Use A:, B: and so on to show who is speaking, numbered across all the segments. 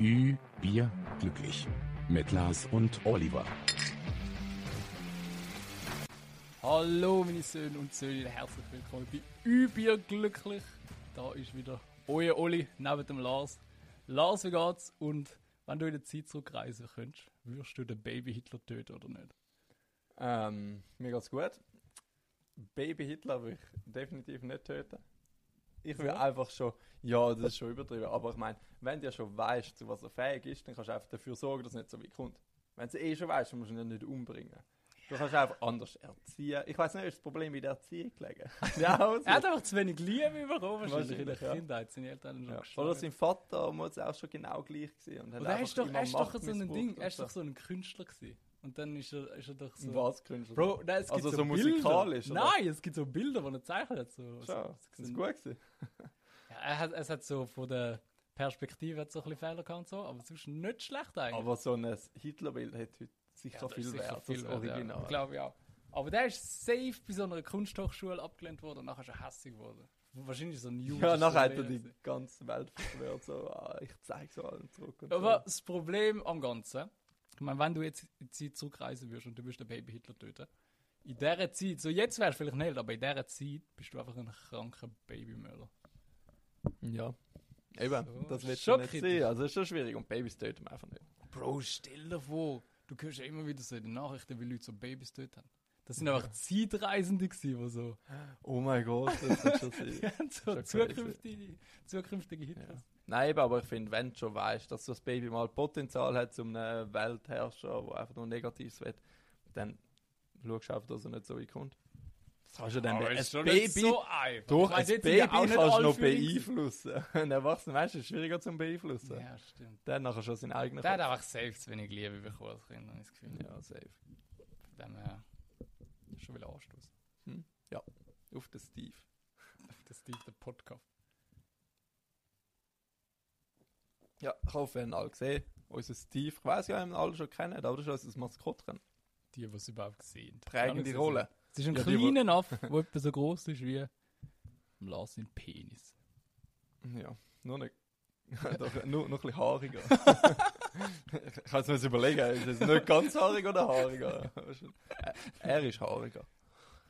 A: Ü, Bier, glücklich. Mit Lars und Oliver.
B: Hallo meine Söhne und Söhne, herzlich willkommen bei Übier glücklich. Da ist wieder euer Oli neben dem Lars. Lars, wie geht's? Und wenn du in der Zeit zurückreisen könntest, würdest du den Baby Hitler töten oder nicht?
C: Ähm, mir geht's gut. Baby Hitler würde ich definitiv nicht töten. Ich will einfach schon, ja, das ist schon übertrieben, aber ich meine, wenn du ja schon weißt, zu was er fähig ist, dann kannst du einfach dafür sorgen, dass es nicht so weit kommt. Wenn du es eh schon weißt, dann musst du ihn ja nicht umbringen. Du kannst einfach anders erziehen. Ich weiß nicht, ist das Problem in der Erziehung gelegen? ja, also.
B: Er hat einfach zu wenig Liebe bekommen, wahrscheinlich in der
C: Wahrscheinlich, ja.
B: Kindheit. Seine Eltern haben ihn schon
C: ja.
B: geschlagen.
C: Oder sein Vater muss auch schon genau gleich sein. Und hat
B: Oder er
C: einfach
B: ist doch,
C: immer
B: er ist doch
C: Macht
B: so ein
C: missbraucht
B: Ding,
C: und
B: er ist
C: so.
B: doch so ein Künstler gewesen. Und dann ist er, ist er doch so...
C: Was, Künstler?
B: Bro, nein, es gibt
C: Also
B: so,
C: so musikalisch,
B: Bilder.
C: oder?
B: Nein, es gibt so Bilder, die er zeichnet hat. So, so-
C: Schau, das
B: so-
C: ist gut gewesen.
B: Ja, er hat, es hat so von der Perspektive hat so ein bisschen Fehler gehabt und so, aber sonst nicht schlecht eigentlich.
C: Aber so ein Hitlerbild hat heute sicher
B: Ja, das ist
C: viel
B: sicher
C: wert, das
B: wert,
C: Original.
B: Ja, glaube ich auch. Aber der ist safe bei so einer Kunsthochschule abgelehnt worden und nachher ist er hässig geworden. Wahrscheinlich so ein Jude.
C: Ja, nachher hat er die ganze Welt verquert, so, ah, ich zeig's allen zurück und
B: Aber
C: so.
B: das Problem am Ganzen, ich meine, wenn du jetzt in die Zeit zurückreisen würdest und du würdest den Baby Hitler töten, in dieser Zeit, so jetzt wärst du vielleicht nicht, aber in dieser Zeit bist du einfach ein kranker Babymörder.
C: Ja. Eben,
B: So,
C: das wird schon
B: schon
C: nicht
B: kritisch.
C: sein, also ist schon schwierig und Babys töten wir einfach nicht.
B: Bro, stell dir vor, du hörst ja immer wieder so in den Nachrichten, wie Leute so Babys töten haben. Das sind einfach Zeitreisende gewesen, die so,
C: Oh mein Gott, das wird schon sein.
B: die haben so
C: Schon
B: zukünftige, zukünftige Hitlers.
C: Nein, eben, aber ich finde, wenn du schon weißt, dass so das Baby mal Potenzial hat zum einem Weltherrscher, der einfach nur Negatives will, dann schaust du einfach, dass er nicht so weit kommt. Das kannst du Also dann
B: Aber
C: ein
B: ist schon
C: Baby
B: nicht so einfach.
C: Durch
B: Ich weiss,
C: ein
B: jetzt sind
C: Baby
B: ja auch
C: kannst
B: nicht
C: du
B: alle
C: noch
B: für ihn.
C: beeinflussen. Ein Erwachsener, weißt du, ist schwieriger zu beeinflussen.
B: Ja, stimmt.
C: Der hat nachher schon seinen eigenen
B: Der hat
C: Kopf.
B: einfach safe zu wenig Liebe bekommen als Kind, habe ich das Gefühl.
C: Ja, safe.
B: Von dem her, schon wieder Anstoß.
C: Auf den Steve.
B: Das ist der Podcast.
C: Ja, ich hoffe, ihr habt ihn alle gesehen. Unser Steve, ich weiss ja, ob ihr ihn alle schon kennt, aber das ist unser Maskottchen.
B: Die, die es überhaupt gesehen haben.
C: Prägende Rolle.
B: Es ist ein
C: Ja, die,
B: kleiner Aff, der etwa so groß ist wie Lars in Penis.
C: Ja, nur nicht. Doch, nur, noch ein bisschen haariger. ich kann es mir jetzt überlegen, ist es nicht ganz haarig oder haariger? Äh, er ist haariger.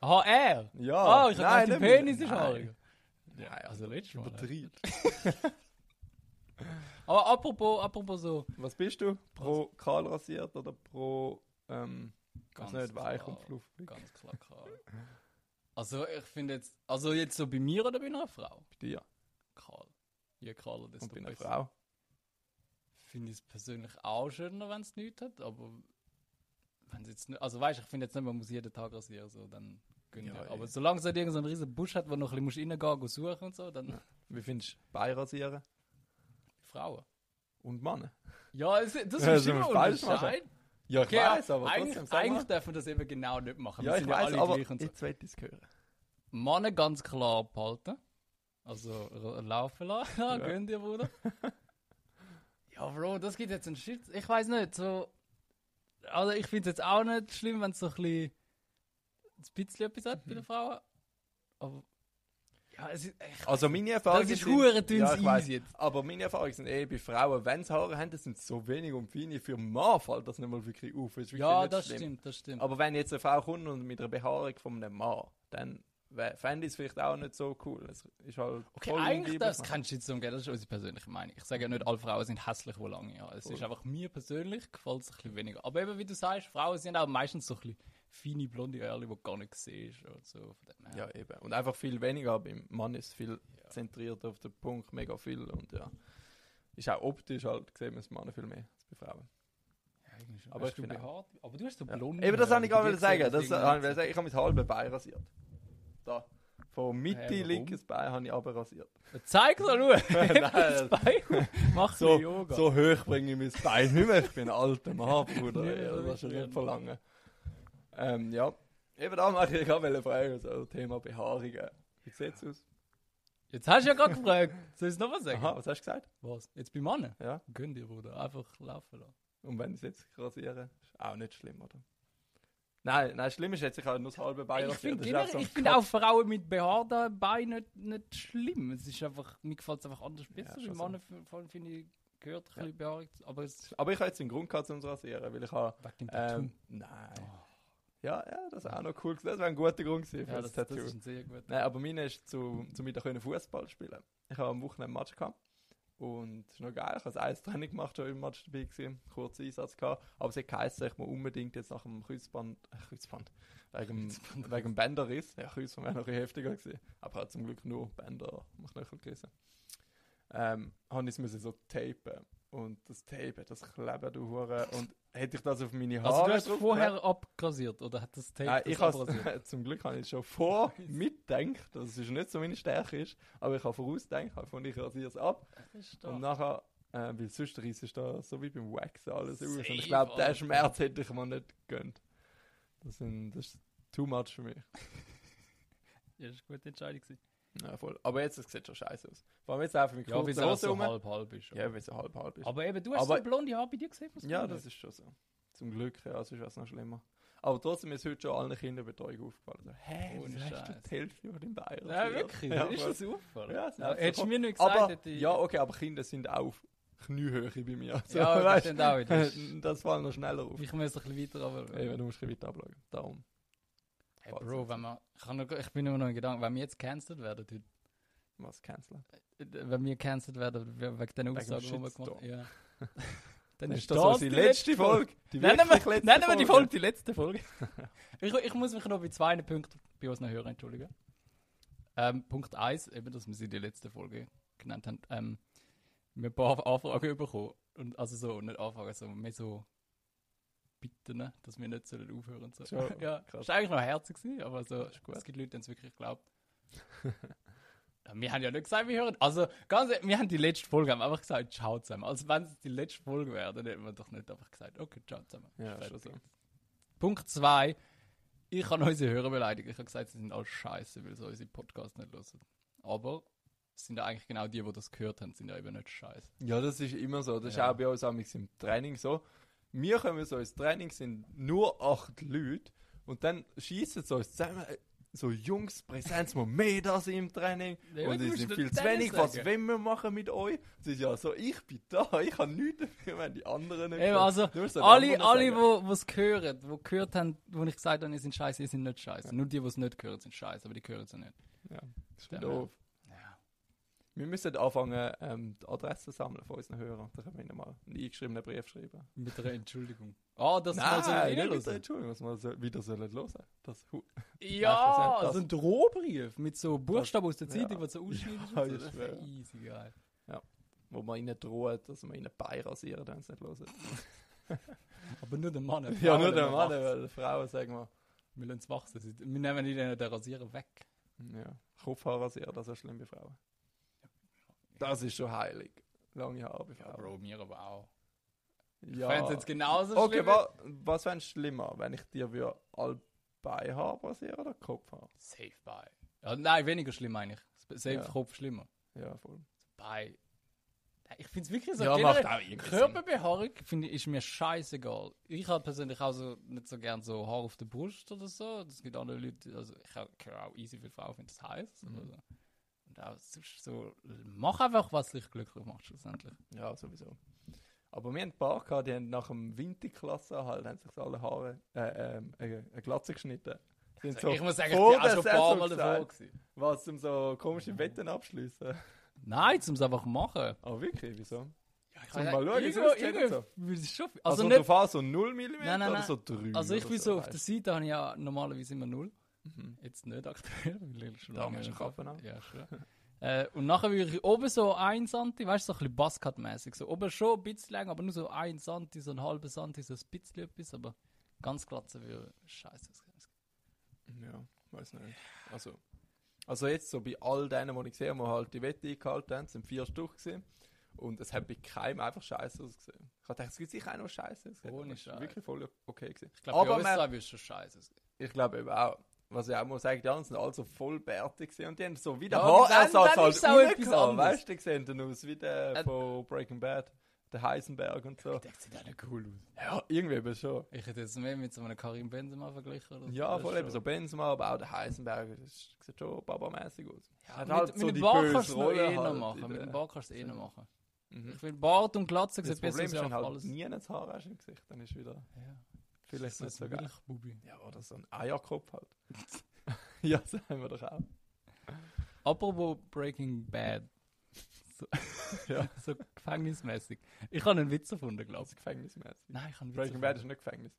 B: Aha, er!
C: Ja,
B: Ah, ich habe gedacht, der Penis
C: nicht mehr.
B: ist
C: Oh, Nein.
B: haariger.
C: Nein,
B: Also letztes Mal.
C: übertrieben.
B: Aber apropos, apropos so.
C: Was bist du? Pro kahl rasiert oder pro. Ähm,
B: Ganz
C: ganz nicht weich
B: klar.
C: und fluffig?
B: Ganz klar, klar. Also ich finde jetzt, also jetzt so bei mir oder bei einer Frau?
C: Bei dir.
B: Karl. Je kahler, desto
C: Und bei einer
B: besser.
C: Frau.
B: Finde ich es persönlich auch schöner, wenn es nichts hat, aber wenn es jetzt nicht, also weißt, ich finde jetzt nicht, man muss jeden Tag rasieren, so, dann gönn
C: Ja,
B: dir.
C: eh.
B: Aber solange es nicht irgendeinen so einen riesen Busch hat, wo noch ein bisschen musst reingehen und suchen und so, dann
C: Wie findest du Bein rasieren
B: Frauen.
C: und Mann?
B: Ja, es, das
C: Ja,
B: ist
C: sind wir
B: immer
C: falsch machen.
B: unterscheid.
C: Ja, ich
B: Okay, ja,
C: weiß, aber trotzdem,
B: eigentlich,
C: sag mal.
B: eigentlich dürfen wir das eben genau nicht machen.
C: Ja,
B: wir
C: ich
B: sind
C: weiß,
B: alle
C: aber
B: gleich und so.
C: jetzt will ich es hören.
B: Männer ganz klar behalten. Also r- laufen lassen. Ja,
C: Ja.
B: gönn dir, Bruder. ja, Bro, das gibt jetzt einen Shit. Ich weiß nicht, so. Also, ich finde es jetzt auch nicht schlimm, wenn es so ein bisschen. ein bisschen etwas hat
C: Mhm.
B: bei den Frauen. Aber. Ja, es ist. Ich,
C: Also meine Erfahrungen
B: ist
C: sind-
B: hure dünnes
C: ich weiss.
B: Eis jetzt.
C: Aber meine Erfahrungen sind eh bei Frauen, wenn sie Haare haben, das sind so wenig und feine. Für einen Mann fällt das nicht mal wirklich auf. Das Ist wirklich
B: ja,
C: nicht
B: das
C: schlimm.
B: stimmt, das stimmt.
C: Aber wenn jetzt eine Frau kommt und mit einer Behaarung von einem Mann, dann wär- fände ich es vielleicht auch nicht so cool. Es ist halt
B: Okay,
C: voll
B: eigentlich
C: unlieblich.
B: darf es keinen Shitstorm geben, das ist unsere persönliche Meinung. Ich sage ja nicht, alle Frauen sind hässlich, die lange haben. Es ist
C: Voll.
B: einfach mir persönlich gefällt es ein bisschen weniger. Aber eben, wie du sagst, Frauen sind auch meistens so ein bisschen feine, blonde Öhrchen, die du gar nicht siehst und so. Von dem her.
C: Ja, eben. Und einfach viel weniger. Beim Mann ist es viel zentriert auf den Punkt, mega viel. Und ja, ist auch optisch halt, sehen wir es Männer viel mehr als bei Frauen.
B: Eigentlich schon.
C: Aber
B: Hast
C: ich
B: du
C: finde
B: behaart? Aber du hast so
C: Ja.
B: blonde
C: Eben das
B: Öhrchen.
C: wollte ich gerade
B: Die
C: sagen.
B: sehen irgendwie
C: Das, habe ich
B: nicht so-
C: wollen sagen. Ich habe mein halbes Bein rasiert. Da. Von Mitte
B: Hä, warum?
C: linkes Bein habe ich aber rasiert.
B: Zeig doch nur!
C: Nein.
B: Das Bein. Mach so,
C: So,
B: Yoga.
C: so hoch bringe ich mein Bein nicht mehr. Ich bin ein alter Mann, Bruder.
B: Ja,
C: ja, das hast du
B: wirklich.
C: nicht verlangen. Ähm, ja. Eben da wollte ich auch fragen. So, Thema Behaarungen. Wie sieht es aus?
B: Jetzt hast du ja gerade gefragt. Soll ich es nochmal sagen?
C: Aha, was hast du gesagt?
B: Was? Jetzt bei Männern?
C: Ja.
B: Gönn dir, Bruder. Einfach laufen lassen.
C: Und wenn ich es jetzt rasiere, ist auch nicht schlimm, oder? Nein, nein, schlimm ist jetzt, ich habe nur das halbe Bein
B: Ich
C: rasiert.
B: finde
C: Ah Das ist einfach
B: generell- ich
C: ein
B: finde auch Frauen mit behaarten Beinen nicht, nicht schlimm. Es ist einfach, mir gefällt es einfach anders besser.
C: schon
B: Ja,
C: so.
B: Männer f- vor allem finde ich gehört ein bisschen behaart, aber es ist
C: Aber ich habe jetzt einen Grund gehabt, um zu rasieren, weil ich habe.
B: wegen dem Tattoo.
C: Ähm, nein. Ja, ja, das ist auch noch cool. gewesen. Das wäre ein guter Grund gewesen für
B: ja, das, das
C: das, Tattoo.
B: ist ein sehr guter.
C: Nein, aber meine ist, zu, zu mit Fußball spielen. Ich habe am Wochenende einen Match gehabt. Und es ist noch geil. Ich habe ein Training gemacht, schon im Match dabei gewesen. Kurzen Einsatz gehabt. Aber es hat geheißen, ich muss unbedingt jetzt nach dem Kreuzband, äh, Kreuzband, wegen, dem- wegen dem Bänderriss. Ja, Kreuzband wäre noch ein bisschen heftiger gewesen. Aber halt zum Glück nur Bänder, mich nicht gerissen. Ähm, habe ich es müssen so tapen. Und das Tapen, das Kleben, du Hure. Und hätte ich das auf meine Haare
B: Also du hast
C: draufgeklebt-
B: vorher abgrasiert oder hat das Tape
C: Nein,
B: das
C: ich
B: abrasiert?
C: has, zum Glück habe ich schon vor mitgedacht, dass es nicht so meine Stärke ist, aber ich habe vorausgedacht, habe gefunden, ich rasiere es ab und nachher, äh, weil sonst reißt es da so wie beim Wax alles aus und
B: Safe,
C: ich glaube,
B: Alter.
C: den Schmerz hätte ich mir nicht gegönnt. Das, sind, das ist too much für mich.
B: Ja, das ist eine gute Entscheidung. gewesen.
C: Ja, voll. Aber jetzt, es sieht schon scheiße aus. Vor allem jetzt einfach mit
B: Ja, weil
C: kurzen
B: es auch
C: Hosen
B: so
C: rum.
B: halb-halb ist.
C: Ja, weil es halb-halb ist.
B: Aber eben, du hast
C: Aber-
B: so blonde Haare bei dir gesehen. was
C: Ja,
B: du
C: das
B: hast.
C: ist schon so. Zum Glück, ja, sonst wäre es noch schlimmer. Aber trotzdem ist heute schon allen Kinderbetreuung aufgefallen. So, Hä,
B: Ohne
C: wieso hast du
B: Scheiß.
C: die Hälfte über den Bayern?
B: Ja, wirklich.
C: Ja,
B: ist
C: voll.
B: das auffallend?
C: Ja, das
B: Ja,
C: nervt
B: hättest du
C: sofort.
B: mir nicht gesagt,
C: Aber,
B: hätte ich...
C: ja, okay, aber Kinder sind auch auf Kniehöhe bei mir. Also,
B: Ja, aber das
C: weißt,
B: stimmt auch wieder.
C: das fällt noch schneller auf.
B: Ich muss ein bisschen weiter, aber...
C: Ey, wenn du musst ein bisschen weiter abschauen. Darum.
B: Hey, Bro, wenn wir... Ich, hab noch, ich bin immer noch in Gedanken, wenn wir jetzt gecancelt werden heute,
C: Was canceln?
B: äh, wenn wir gecancelt werden we- wegen den Aussagen, die wir gemacht
C: Shitstorm.
B: haben, ja. Äh,
C: Dann ist das unsere letzte Folge. Die
B: Nennen
C: wirklich
B: wir,
C: letzte
B: nennen wir die Folge die letzte Folge. ich, ich muss mich noch bei zwei Punkten bei uns noch hören, entschuldigen. Ähm, Punkt 1, eben, dass wir sie in der letzten Folge genannt haben. Ähm, wir haben ein paar Anfragen bekommen. Und also so, nicht Anfragen, sondern mehr so bitten, ne, dass wir nicht sollen aufhören und so.
C: Schon,
B: ja,
C: krass.
B: krass. Ist eigentlich noch herzig gewesen, aber so,
C: Ist gut.
B: es gibt Leute, die es wirklich glaubt. Ja, Wir haben ja nicht gesagt, wir hören. Also, ganz ehrlich, wir haben die letzte Folge haben einfach gesagt, ciao zusammen. Also, wenn es die letzte Folge wäre, dann hätten wir doch nicht einfach gesagt, okay, ciao zusammen.
C: Ja,
B: Fertig.
C: schon so.
B: Punkt 2. Ich kann unsere Hörer beleidigen. Ich habe gesagt, sie sind alle scheiße, weil sie unsere Podcasts nicht hören. Aber es sind ja eigentlich genau die, die das gehört haben, sind ja eben nicht scheiße.
C: Ja, das ist immer so. Das
B: Ja.
C: ist auch bei uns amigs im Training so. Wir kommen so ins Training, sind nur acht Leute und dann schießen so uns zusammen. äh, So Jungs, Präsenz, muss mehr da sein im Training.
B: Ja,
C: und
B: du
C: es
B: musst
C: sind
B: nicht
C: viel zu
B: Tennis
C: wenig. Was
B: sagen.
C: wollen wir machen mit euch? Sie ist ja so, ich bin da, ich habe nichts dafür, wenn die anderen nicht
B: Eben,
C: kommen.
B: also,
C: Du musst den
B: alle,
C: anderen
B: alle,
C: sagen.
B: wo es hören, wo gehört haben, wo ich gesagt habe, ihr sind scheiße, ihr sind nicht scheiße. Nur die, die es nicht hören, sind scheiße, aber die hören es ja nicht.
C: Das ist
B: Ja.
C: doof.
B: Ja.
C: Wir müssen anfangen, ähm, die Adressen sammeln von unseren Hörern. Da können wir ihnen mal einen eingeschriebenen Brief schreiben.
B: Mit einer Entschuldigung. Ah, das ist mal so
C: nicht mit der
B: reinlassen.
C: Entschuldigung, dass wir so- wieder sollen hören. Das hu-
B: Ja,
C: Nein, das-
B: so ein Drohbrief mit so Buchstaben aus der
C: ja.
B: Zeit, die man so ausschneidest.
C: Ja,
B: und so.
C: ich
B: Das ist
C: schwöre.
B: easy geil.
C: wo man ihnen droht, dass man ihnen Bein rasieren, wenn sie nicht hören.
B: Aber nur der Mann.
C: Ja, nur
B: Frauen,
C: der
B: die
C: Mann,
B: macht's.
C: weil Frauen sagen wir,
B: Wir lassen es wachsen. Sie- Wir nehmen ihnen den Rasierer weg.
C: ja, Kopfhaar rasieren, das ist schlimm bei Frauen. Das ist schon heilig. Lange Haare bei
B: Ja,
C: Frauen.
B: Bro, mir aber auch. Ja.
C: Ja,
B: Fände es jetzt genauso
C: Okay,
B: schlimm.
C: wa was fändest du schlimmer, wenn ich dir würde all Beinhaar rasieren oder Kopfhaar?
B: Safe bei. Ja, nein, weniger schlimm eigentlich. Sp- Safe
C: Ja.
B: Kopf schlimmer.
C: Ja, voll.
B: Bei. Nein, Ich finde es wirklich so.
C: Ja,
B: Also generell-
C: macht auch irgendwie
B: Körperbehaarung finde ich, ist mir scheißegal. Ich habe persönlich auch so, nicht so gern so Haar auf der Brust oder so. Es gibt andere Leute, also ich hab- ich höre auch easy für Frauen, wenn das heiß.
C: Mhm.
B: oder so. Und auch sonst so, mach einfach, was dich glücklich macht schlussendlich.
C: Ja, sowieso. Aber wir haben ein paar gehabt, die haben nach dem Winterklasse halt, haben sich so alle Haare, äh, ähm, äh, eine Glatze geschnitten. Sind so,
B: Also ich muss sagen, ich
C: vor
B: bin auch
C: der
B: schon ein paar
C: Saison
B: Mal davor
C: gesagt.
B: gewesen.
C: was zum so komischen Wetten abschließen.
B: Nein, um es einfach machen.
C: Aber Ah, wirklich, wieso?
B: Also Ich
C: Zum mal schauen,
B: Irgendwo,
C: sonst geht
B: irgendwo,
C: so.
B: würde ich schon,
C: Also,
B: also,
C: also
B: nicht,
C: auf so 0 mm
B: Nein, nein,
C: oder
B: nein.
C: so 3
B: also ich
C: oder
B: bin so, auf der
C: weißt
B: Seite habe ich ja normalerweise immer null.
C: du? Mhm.
B: Jetzt nicht aktuell, weil ich schon
C: Darum
B: lange
C: hast du ne?
B: nicht
C: einen Kappen an.
B: Ja, schon. äh, und nachher würde ich oben so ein Santi, weißt du, so ein bisschen Buzzcut-mäßig. So oben schon ein bisschen lang, aber nur so ein Santi, so ein halber Santi, so ein bisschen etwas, aber ganz glatt würde scheiße aussehen.
C: Ja, weiß nicht. Also, also jetzt so bei all denen, die ich gesehen habe, die halt die Wette eingehalten haben, sind vier Stück gewesen. Und es hat bei keinem einfach scheiße ausgesehen. Ich dachte, es gibt sicher einen, der scheiße ausgesehen hat,
B: Ohne
C: aber es ist
B: Scheiß.
C: Wirklich voll okay gewesen.
B: Ich glaube, bei
C: aber
B: uns
C: man-
B: zwei würde schon scheiße aussehen.
C: ich glaube eben auch. Was ich auch muss sagen, die anderen sind alle so vollbärtig gewesen und die haben so wie der
B: Ja, aber dann-
C: Haarersatz
B: dann
C: halt
B: ist es auch etwas
C: rausgehauen,
B: anderes.
C: Weißt du, die sehen dann aus wie der
B: Äh.
C: von Breaking Bad, der Heisenberg und so.
B: Der sieht auch nicht cool aus.
C: Ja, irgendwie eben schon.
B: Ich hätte jetzt mehr mit so einem Karim Benzema verglichen. Oder so.
C: Ja,
B: Das
C: voll
B: schon.
C: eben so Benzema, aber auch der Heisenberger, das sieht schon babamäßig aus.
B: Ja,
C: Hat
B: mit,
C: halt
B: mit
C: so
B: dem
C: die
B: Bar
C: böse
B: kannst du es noch
C: Rolle
B: eh noch
C: halt in
B: machen. Mit
C: der-
B: dem Bar kannst du es eh noch machen.
C: Mhm.
B: Ich finde, Bart und Glatze
C: Das
B: sieht besser
C: Problem ist,
B: aus
C: wenn
B: als
C: halt
B: alles.
C: nie ein Haar hast im Gesicht, dann ist wieder...
B: Ja.
C: Vielleicht
B: so
C: nicht so
B: ein
C: geil.
B: Milchbubi.
C: Ja, oder so ein Eierkopf halt. ja, das haben wir doch auch.
B: Apropos Breaking Bad. So, ja. so gefängnismäßig. Ich habe einen Witz erfunden, glaube
C: Das
B: ich.
C: ist Also gefängnismäßig.
B: Nein, ich habe einen Witz
C: Breaking Bad ist nicht Gefängnis.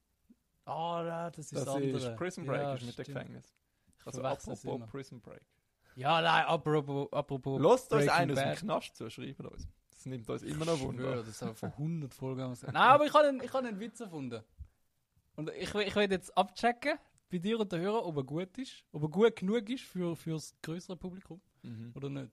B: Ah, nein, das ist
C: Das,
B: das andere.
C: ist Prison Break,
B: ja,
C: ist mit dem
B: stimmt.
C: Gefängnis. Also
B: verwechsel es
C: apropos
B: immer.
C: Prison Break.
B: Ja, nein, apropos. apropos
C: Lasst uns
B: Breaking
C: einen aus dem
B: Bad.
C: Knast zu, schreiben uns. Das nimmt uns immer noch Wunder.
B: Schwör, das haben wir vor 100 Folgen haben wir es- Nein, aber ich habe einen, ich habe einen Witz erfunden. Und ich, will- ich will jetzt abchecken, bei dir und den Hörern, ob er gut ist, ob er gut genug ist für, für das größere Publikum
C: Mhm.
B: oder nicht.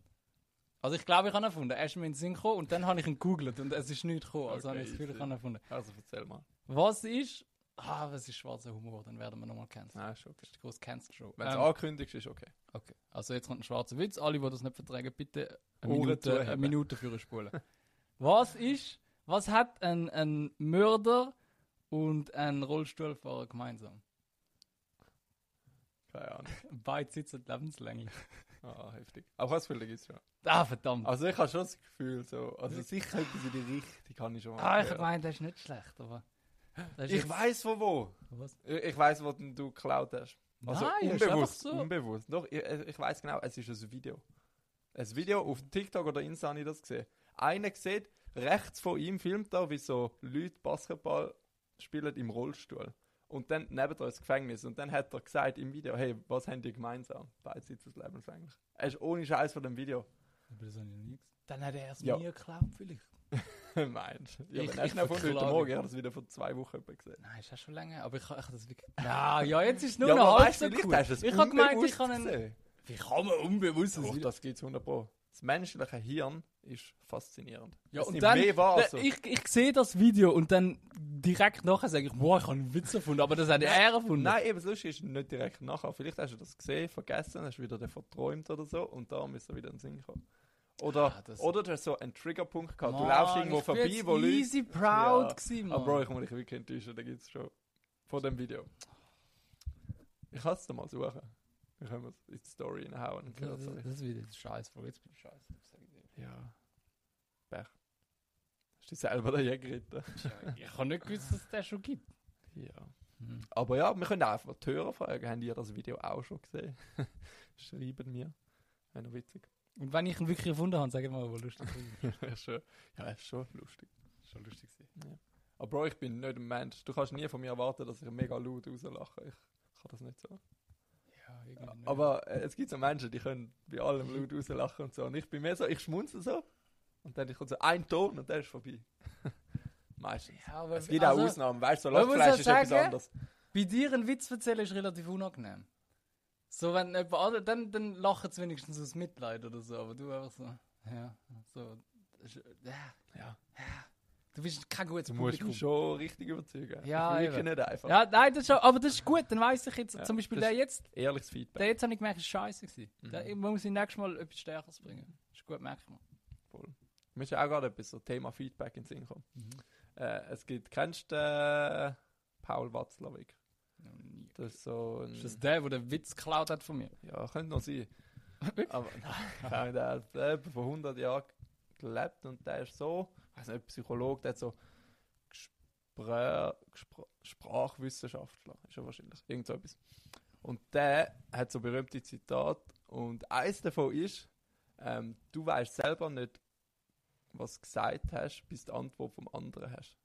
B: Also ich glaube, ich habe ihn erfunden. Er ist mir in den Sinn gekommen und dann habe ich ihn gegoogelt und es ist nichts gekommen. Also
C: Okay,
B: habe ich das Gefühl, ich
C: easy.
B: habe ihn erfunden.
C: Also erzähl mal.
B: Was ist... Ah, was ist schwarzer Humor? Dann werden wir nochmal canceln.
C: Nein, ist okay.
B: Das Ah, ist die große Cancel-Show.
C: Wenn du es
B: Ähm,
C: ankündigst, ist okay.
B: Okay, also jetzt kommt ein schwarzer Witz. Alle, die das nicht vertragen, bitte eine
C: Ohren
B: Minute,
C: zuheben.
B: eine Minute für spulen. was ist, was hat ein, ein Mörder und ein Rollstuhlfahrer gemeinsam?
C: Keine Ahnung.
B: Beide sitzen lebenslänglich.
C: Ah, heftig. Aber was viele gibt es schon.
B: Ah, verdammt.
C: Also ich habe schon das Gefühl, so, also sicher etwas in die Richtung kann ich schon mal
B: Ah, ich
C: gehört.
B: meine, das ist nicht schlecht, aber. das ist
C: Ich
B: jetzt-
C: weiß von wo.
B: Was?
C: Ich, Äh, ich weiß, wo denn du geklaut hast. Also
B: Nein, das ist
C: unbewusst,
B: einfach so.
C: unbewusst. Doch, ich, ich weiß genau, es ist ein Video. Ein Video auf TikTok oder Insta habe ich das gesehen. Einer sieht, rechts von ihm filmt er, wie so Leute Basketball spielen im Rollstuhl. Und dann neben da ins Gefängnis. Und dann hat er gesagt im Video, hey, was haben die gemeinsam? Beide sitzen lebenslänglich. Er ist ohne Scheiß von dem Video.
B: Aber das habe ich noch nie gesehen. Dann hat er es
C: Ja.
B: mir geklaut, vielleicht.
C: Meinst du? Ja,
B: Ich-
C: ich, ich
B: ich
C: von heute
B: verklage.
C: Morgen, ich habe das wieder vor zwei Wochen etwa gesehen.
B: Nein, ist das schon länger, aber ich, ich habe das wirklich. Ja, ja, jetzt ist es nur
C: Ja,
B: noch
C: aber
B: halb
C: weißt du,
B: so
C: vielleicht
B: cool.
C: hast du es
B: Ich habe gemeint, ich
C: unbewusst
B: kann einen. Oh,
C: gesehen.
B: Wie kann man unbewusst
C: Doch,
B: sein?
C: das gibt's 100 Pro. Das menschliche Hirn ist faszinierend.
B: Ja,
C: Es
B: und
C: nimmt
B: dann,
C: mehr wahr,
B: da-
C: also.
B: ich, ich sehe das Video und dann direkt nachher sage ich, boah, ich habe einen Witz erfunden, aber das hat er erfunden.
C: Nein, eben, das Lustige ist nicht direkt nachher. Vielleicht hast du das gesehen, vergessen, hast wieder den verträumt oder so und da müssen wir wieder in den Sinn kommen. Oder,
B: Ah, das-
C: oder du hast so einen Triggerpunkt gehabt. Du
B: Mann,
C: läufst irgendwo
B: ich bin
C: vorbei,
B: jetzt
C: wo Leute...
B: easy proud
C: Ja,
B: gewesen,
C: Aber Bro,
B: Mann.
C: ich muss dich wirklich enttäuschen, da gibt's schon. Von dem Video. Ich kann es dir mal suchen. Wir können es in die Story reinhauen. und
B: Das,
C: hören's
B: das,
C: euch.
B: das ist wieder jetzt scheiße, Bro. Jetzt bin ich scheiße. ich sag dir.
C: Ja. Pech. Hast du dich selber da geritten?
B: Tja, Ich habe nicht gewusst, dass es den schon gibt.
C: Ja.
B: Hm.
C: Aber ja, wir können auch einfach die Hörer fragen, habt ihr das Video auch schon gesehen? Schreiben mir. Wäre noch witzig.
B: Und wenn ich ihn wirklich erfunden habe, sage ich mal, wo lustig ist.
C: Wäre schon- ja, ist schon lustig.
B: schon lustig gewesen.
C: Aber Bro, ich bin nicht ein Mensch. Du kannst nie von mir erwarten, dass ich mega laut rauslache. Ich kann das nicht so.
B: Ja, irgendwie nicht.
C: Aber äh, es gibt so Menschen, die können bei allem laut rauslachen und so. Und ich bin mehr so, ich schmunze so. Und dann kommt so ein Ton und der ist vorbei. Meistens.
B: ja, aber
C: Es gibt
B: also,
C: auch Ausnahmen, weißt du, so
B: man muss
C: Lachfleisch
B: ja
C: ist etwas
B: sagen-
C: anderes.
B: Bei dir einen Witz erzählen ist relativ unangenehm. So, wenn jemand anderes, dann, dann lachen sie wenigstens aus Mitleid oder so, aber du einfach so, ja, so, das ist- ja,
C: Ja.
B: du bist kein gutes
C: Du musst
B: Publikum.
C: mich schon richtig überzeugen.
B: Ja,
C: ich
B: eben.
C: wirklich nicht einfach.
B: Ja, nein, das ist, schon- aber das ist gut, dann weiss ich jetzt,
C: Ja,
B: zum Beispiel
C: das-
B: der jetzt,
C: Ehrliches Feedback.
B: der jetzt habe ich gemerkt, ist scheiße gewesen.
C: Mhm.
B: Der, ich muss ihn nächstes Mal etwas Stärkeres bringen. Ist gut, merkt man.
C: Voll. Mir ist auch gerade etwas so Thema Feedback in den Sinn gekommen.
B: Mhm.
C: Äh, es gibt, kennst du äh, Paul Watzlawick?
B: Noch nie.
C: Das ist so ein...
B: Ist das der, der den Witz geklaut hat von mir?
C: ja, könnte noch sein. Aber nein, der hat etwa vor 100 Jahren gelebt und der ist so, ich weiß nicht, Psychologe, der hat so Gespr Gespr Sprachwissenschaftler, ist er wahrscheinlich, irgend so etwas. Und der hat so berühmte Zitate und eins davon ist, ähm, du weißt selber nicht, was du gesagt hast, bis die Antwort vom anderen hast.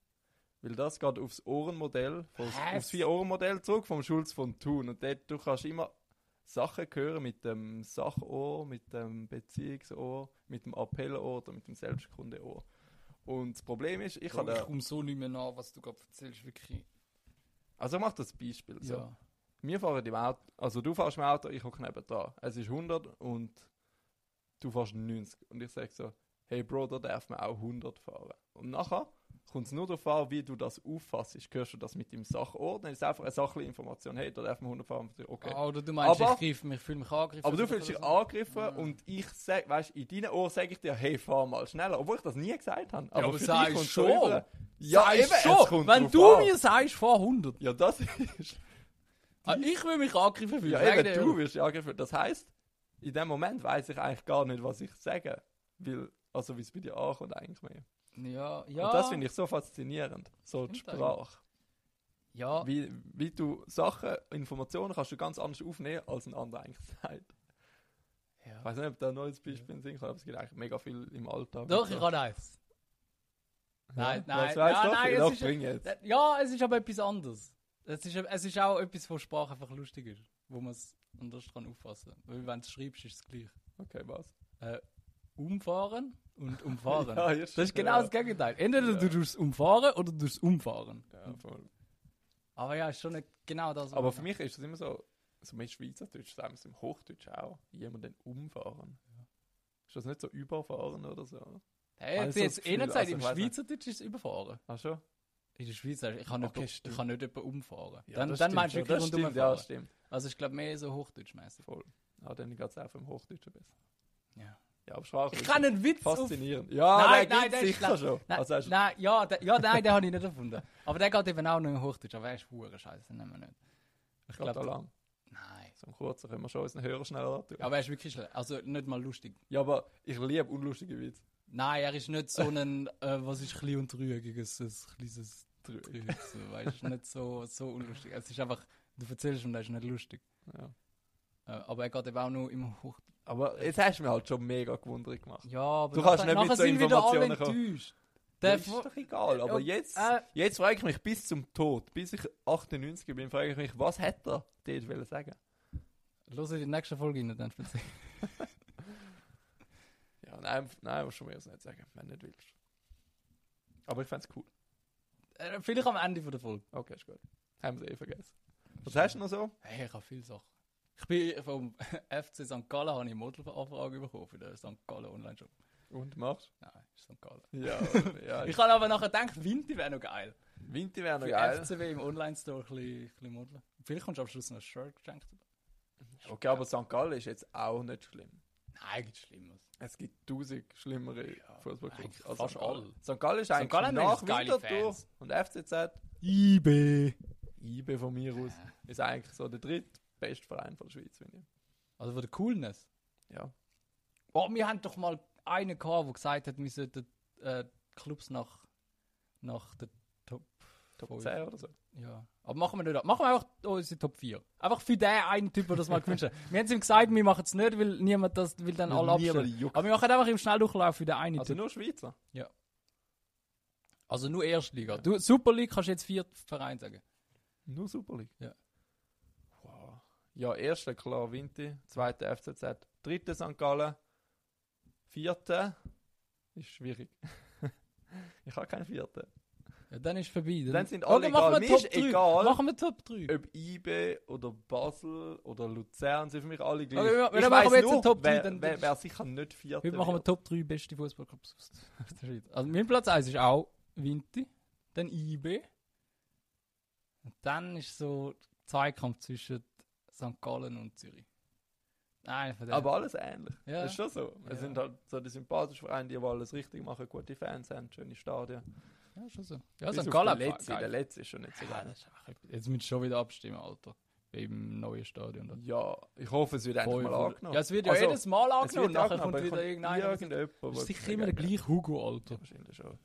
C: Weil das geht aufs Ohrenmodell, aufs,
B: Was?
C: aufs Vier-Ohren-Modell zurück vom Schulz von Thun. Und dort, du kannst immer Sachen hören mit dem Sachohr, mit dem Beziehungsohr, mit dem Appellohr oder mit dem Selbstkundeohr. Und das Problem ist, ich
B: Bro,
C: habe...
B: ich
C: da-
B: komme so nicht mehr nach, was du gerade erzählst, wirklich.
C: Also ich mache das Beispiel. So.
B: Ja.
C: Wir fahren im Auto, also du fährst im Auto, ich hocke neben da. Es ist 100 und du fährst 90. Und ich sage so, hey Bro, da darf man auch 100 fahren. Und nachher kommt es nur darauf an, wie du das auffasst. Hörst du das mit dem Sachohr? Dann ist es einfach eine sachliche Information. Hey, da darf man 100 fahren. Okay.
B: Ah, oder du meinst,
C: Aber-
B: ich, greife mich, ich fühle mich angegriffen.
C: Aber du
B: oder
C: fühlst dich
B: so?
C: angegriffen
B: Ah.
C: und ich sag, weißt, in deinen Ohren sage ich dir, hey, fahr mal schneller. Obwohl ich das nie gesagt habe.
B: aber
C: für dich
B: sagst
C: kommt's
B: schon.
C: so rüber. Ja,
B: Sagst
C: eben, es
B: schon,
C: kommt
B: wenn
C: drauf
B: du
C: an.
B: mir sagst, vor 100.
C: Ja, das ist...
B: Ah, ich will mich angegriffen fühlen.
C: Ja,
B: sag
C: eben,
B: dir
C: du
B: ehrlich.
C: wirst ja angeführt. Das heißt, in dem Moment weiß ich eigentlich gar nicht, was ich sage. Weil Also wie es bei dir ankommt, eigentlich mehr.
B: Ja, ja.
C: Und das finde ich so faszinierend. So die
B: Stimmt
C: Sprache.
B: Ja,
C: Wie, wie du Sachen, Informationen kannst du ganz anders aufnehmen, als ein anderer eigentlich sagt. Ich
B: ja.
C: weiß nicht, ob da ein neues Beispiel in den Sinn kommt, aber es gibt eigentlich mega viel im Alltag.
B: Doch, ich habe eins. Nein, nein,
C: das weißt
B: nein,
C: du doch,
B: nein,
C: viel.
B: es
C: Doch,
B: ist-
C: bring jetzt.
B: Ja, es ist aber etwas anderes. Es ist, es ist auch etwas, wo Sprache einfach lustig ist, wo man es anders kann auffassen kann. Weil wenn du es schreibst, ist es gleich.
C: Okay, was?
B: Umfahren und umfahren.
C: Ja,
B: das
C: Ah, jetzt-
B: ist genau
C: ja.
B: das Gegenteil. Entweder
C: Ja.
B: du tust es umfahren oder du tust es umfahren.
C: Ja, voll.
B: Aber ja, ist schon nicht genau das. was
C: Aber
B: ich
C: für
B: meine.
C: mich ist es immer so, so mit Schweizerdeutsch, sagen wir es im Hochdeutsch auch, jemanden umfahren. Ist das nicht so überfahren oder so?
B: Hey,
C: Also
B: also
C: das
B: jetzt eh
C: Gefühl,
B: nicht gesagt,
C: also
B: im
C: ich weiss nicht.
B: Schweizerdeutsch ist es überfahren.
C: Ach schon?
B: In der Schweiz sagst du, ich kann nicht,
C: Okay,
B: ich
C: stimmt.
B: kann nicht jemanden umfahren.
C: Ja,
B: dann
C: das
B: dann
C: stimmt
B: meinst du
C: schon, das
B: wirklich rundum
C: stimmt, Ja,
B: umfahren.
C: stimmt.
B: also ich glaube mehr so hochdeutschmäßig.
C: Voll. Ja, dann geht es auch vom Hochdeutschen besser.
B: Ja.
C: Ja, aber Sprache
B: Ich
C: ist
B: kann einen Witz auf
C: faszinierend. Ja,
B: Nein,
C: Ah, der
B: nein,
C: gibt's
B: der ist
C: sicher
B: schlecht.
C: schon.
B: Nein,
C: also, hast du-
B: nein, ja, der, ja, nein, den habe ich nicht erfunden. Aber der geht eben auch noch in Hochdeutsch. Aber er ist hure scheiße, den nehmen wir nicht. Ich
C: Geht auch
B: glaube,
C: lang.
B: nein.
C: So einen kurzen können wir schon unseren Hörer schneller antun.
B: Aber er ist wirklich schlecht. Also nicht mal lustig.
C: Ja, aber ich liebe unlustige Witze.
B: Nein, er ist nicht so ein, äh, was ist klein und trügiges, ein kleines Trügiges. so, Weißt du, nicht so, so unlustig. Es ist einfach, du erzählst und er ist nicht lustig.
C: Ja.
B: Äh, aber er geht eben auch nur im Hochdeutsch.
C: Aber jetzt hast du mich halt schon mega gewundert gemacht.
B: Ja, aber
C: Du
B: nachher-
C: kannst nicht mit
B: nachher
C: so
B: sind wieder alle
C: Informationen kommen.
B: enttäuscht.
C: Ja,
B: Der
C: ist
B: Fu-
C: doch egal, aber
B: Ja,
C: jetzt,
B: äh.
C: jetzt frage ich mich bis zum Tod, bis ich 98 bin, frage ich mich, was hätte er dort wollen sagen?
B: Los in die nächste Folge rein, dann speziell.
C: Ja, nein, nein, musst du mir das nicht sagen, wenn du nicht willst. Aber ich fände es cool.
B: Äh, Vielleicht am Ende von der Folge.
C: Okay, ist gut. Haben wir es eh vergessen. Was hast du noch so?
B: Hey, ich habe viele Sachen. Ich bin vom FC St. Gallen, habe ich eine Modelanfrage bekommen für den St. Gallen Online-Shop.
C: Und machst
B: Nein, ist St. Gallen.
C: Ja, ja.
B: Ich habe aber nachher gedacht, Winter wäre noch geil.
C: Winter wäre noch
B: Für
C: geil.
B: FCW im Online-Store ein bisschen, ein bisschen modeln. Vielleicht kommst du am Schluss noch ein Shirt geschenkt.
C: Okay, aber St. Gallen ist jetzt auch nicht schlimm.
B: Nein, gibt Schlimmes.
C: Es gibt tausend schlimmere
B: Ja,
C: Fußballclubs.
B: eigentlich fast
C: St. Gallen.
B: alle.
C: St. Gallen ist eigentlich
B: Gallen hat
C: nach
B: eigentlich geile
C: Winterthur
B: Fans.
C: und FCZ
B: IB.
C: IB von mir aus ist eigentlich so der drittbeste Verein von der Schweiz, finde ich.
B: Also von der Coolness.
C: Ja.
B: Oh, wir haben doch mal einen gehabt, der gesagt hat, wir sollten äh, Clubs nach, nach der Top
C: Top
B: Voll.
C: 10 oder so.
B: Ja. Aber machen wir nicht ab. Machen wir einfach unsere Top 4. Einfach für den einen Typ, der das mal gewünscht hat. Wir haben es ihm gesagt, wir machen es nicht, weil niemand das, weil dann
C: Weil
B: alle
C: niemand
B: abstimmen.
C: juckt.
B: Aber wir machen einfach im Schnelldurchlauf für den einen
C: Also
B: Typ.
C: nur Schweizer.
B: Also nur Erstliga. Du, Super League kannst du jetzt vier Vereine sagen.
C: Nur Super League.
B: Ja.
C: Wow. Ja, erster klar Winti, zweiter FCZ, dritter St. Gallen, vierter ist schwierig. ich habe keinen vierten.
B: Ja, dann ist vorbei.
C: Dann sind alle egal.
B: machen wir
C: Mir
B: Top
C: ist
B: 3.
C: egal.
B: Machen wir Top 3.
C: Ob IB oder Basel oder Luzern sind für mich alle gleich.
B: Aber wir- wir
C: ich
B: machen
C: weiss
B: aber jetzt einen Top
C: wer,
B: drei, dann-
C: wer, wer sicher nicht vierter.
B: Heute machen wir
C: wird.
B: Top 3 beste Fußballclubs aus aus der Schweiz. Also mein Platz 1 ist auch Vinti, dann IB. Und dann ist so Zweikampf zwischen St. Gallen und Zürich. Nein, von denen.
C: aber alles ähnlich.
B: Ja.
C: Das ist schon so.
B: Ja.
C: Es sind halt so die sympathischen Vereine, die aber alles richtig machen, gute Fans haben, schöne Stadien.
B: Ja, schon so. Ja,
C: Bis
B: St.
C: auf
B: Gallen. abfahren,
C: Den letzten, der
B: geil.
C: letzte ist schon nicht so
B: ja,
C: geil.
B: das ist einfach- Jetzt müsst ihr schon wieder abstimmen, Alter. Beim neuen Stadion. da.
C: Ja, ich hoffe, es wird endlich
B: Voll-
C: mal angenommen.
B: Ja, es wird ja
C: Also,
B: jedes Mal
C: es wird
B: angenommen. Nachher
C: angenommen,
B: kommt
C: aber
B: wieder
C: kommt
B: irgendeiner. Das
C: irgendjemand, der
B: ist
C: es
B: sicher immer der
C: dagegen
B: gleiche Hugo,
C: hat.
B: Alter.
C: Wahrscheinlich schon.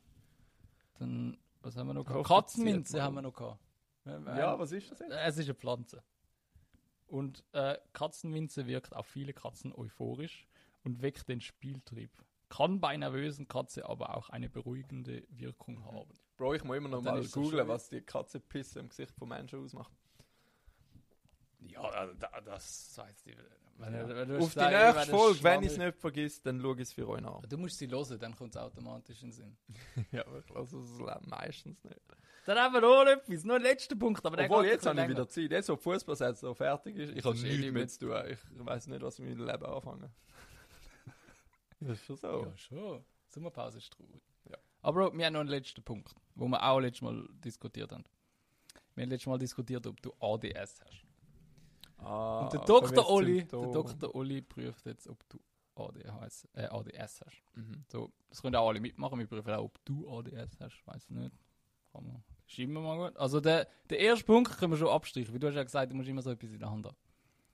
B: Dann, was haben wir noch
C: Ich hoffe,
B: gehabt?
C: das zieht
B: Katzenminze
C: mal.
B: haben wir noch gehabt. Wir- wir
C: Ja,
B: haben-
C: was ist das jetzt?
B: Es ist eine Pflanze. Und äh, Katzenminze wirkt auf viele Katzen euphorisch und weckt den Spieltrieb. Kann bei nervösen Katze aber auch eine beruhigende Wirkung haben.
C: Bro, ich muss immer noch
B: Dann
C: mal
B: ist das schon
C: googlen,
B: wieder-
C: was die Katze Pisse im Gesicht von Menschen ausmacht.
B: Ja, also da- das weiß ich. Wenn,
C: Ja.
B: du- wenn du
C: Auf die
B: sagst,
C: nächste
B: wenn du
C: Folge, wenn ich es
B: schwanger-
C: nicht vergisst, dann schau ich es für euch nach.
B: Du musst sie hören, dann kommt es automatisch in den Sinn.
C: ja, aber ich lasse Also, es le- meistens nicht.
B: Dann haben wir noch etwas, nur ein letzter Punkt. Aber der
C: Obwohl,
B: geht
C: jetzt
B: ein
C: habe ich
B: bisschen länger.
C: wieder Zeit. Jetzt, wo die Fußballsaison fertig ist, ich habe
B: Das ist eh
C: nichts mehr
B: mit-
C: zu tun. Ich weiß nicht, was ich mit meinem Leben anfangen. das ist schon so.
B: Ja, schon. Sommerpause ist traurig.
C: Ja.
B: Aber wir haben noch einen letzten Punkt, wo wir auch letztes Mal diskutiert haben. Wir haben letztes Mal diskutiert, ob du ADS hast.
C: Ah,
B: Und der
C: komm jetzt
B: Dr.
C: zum
B: Oli, der
C: Ton.
B: Dr. Oli prüft jetzt, ob du ADHS, äh, ADS hast.
C: Mhm.
B: So, das können auch alle mitmachen. Wir prüfen auch, ob du ADS hast. Weiß nicht. Kann man. Schreiben wir mal gut. Also, der, der erste Punkt können wir schon abstreichen, weil du hast ja gesagt, du musst immer so etwas in der Hand haben.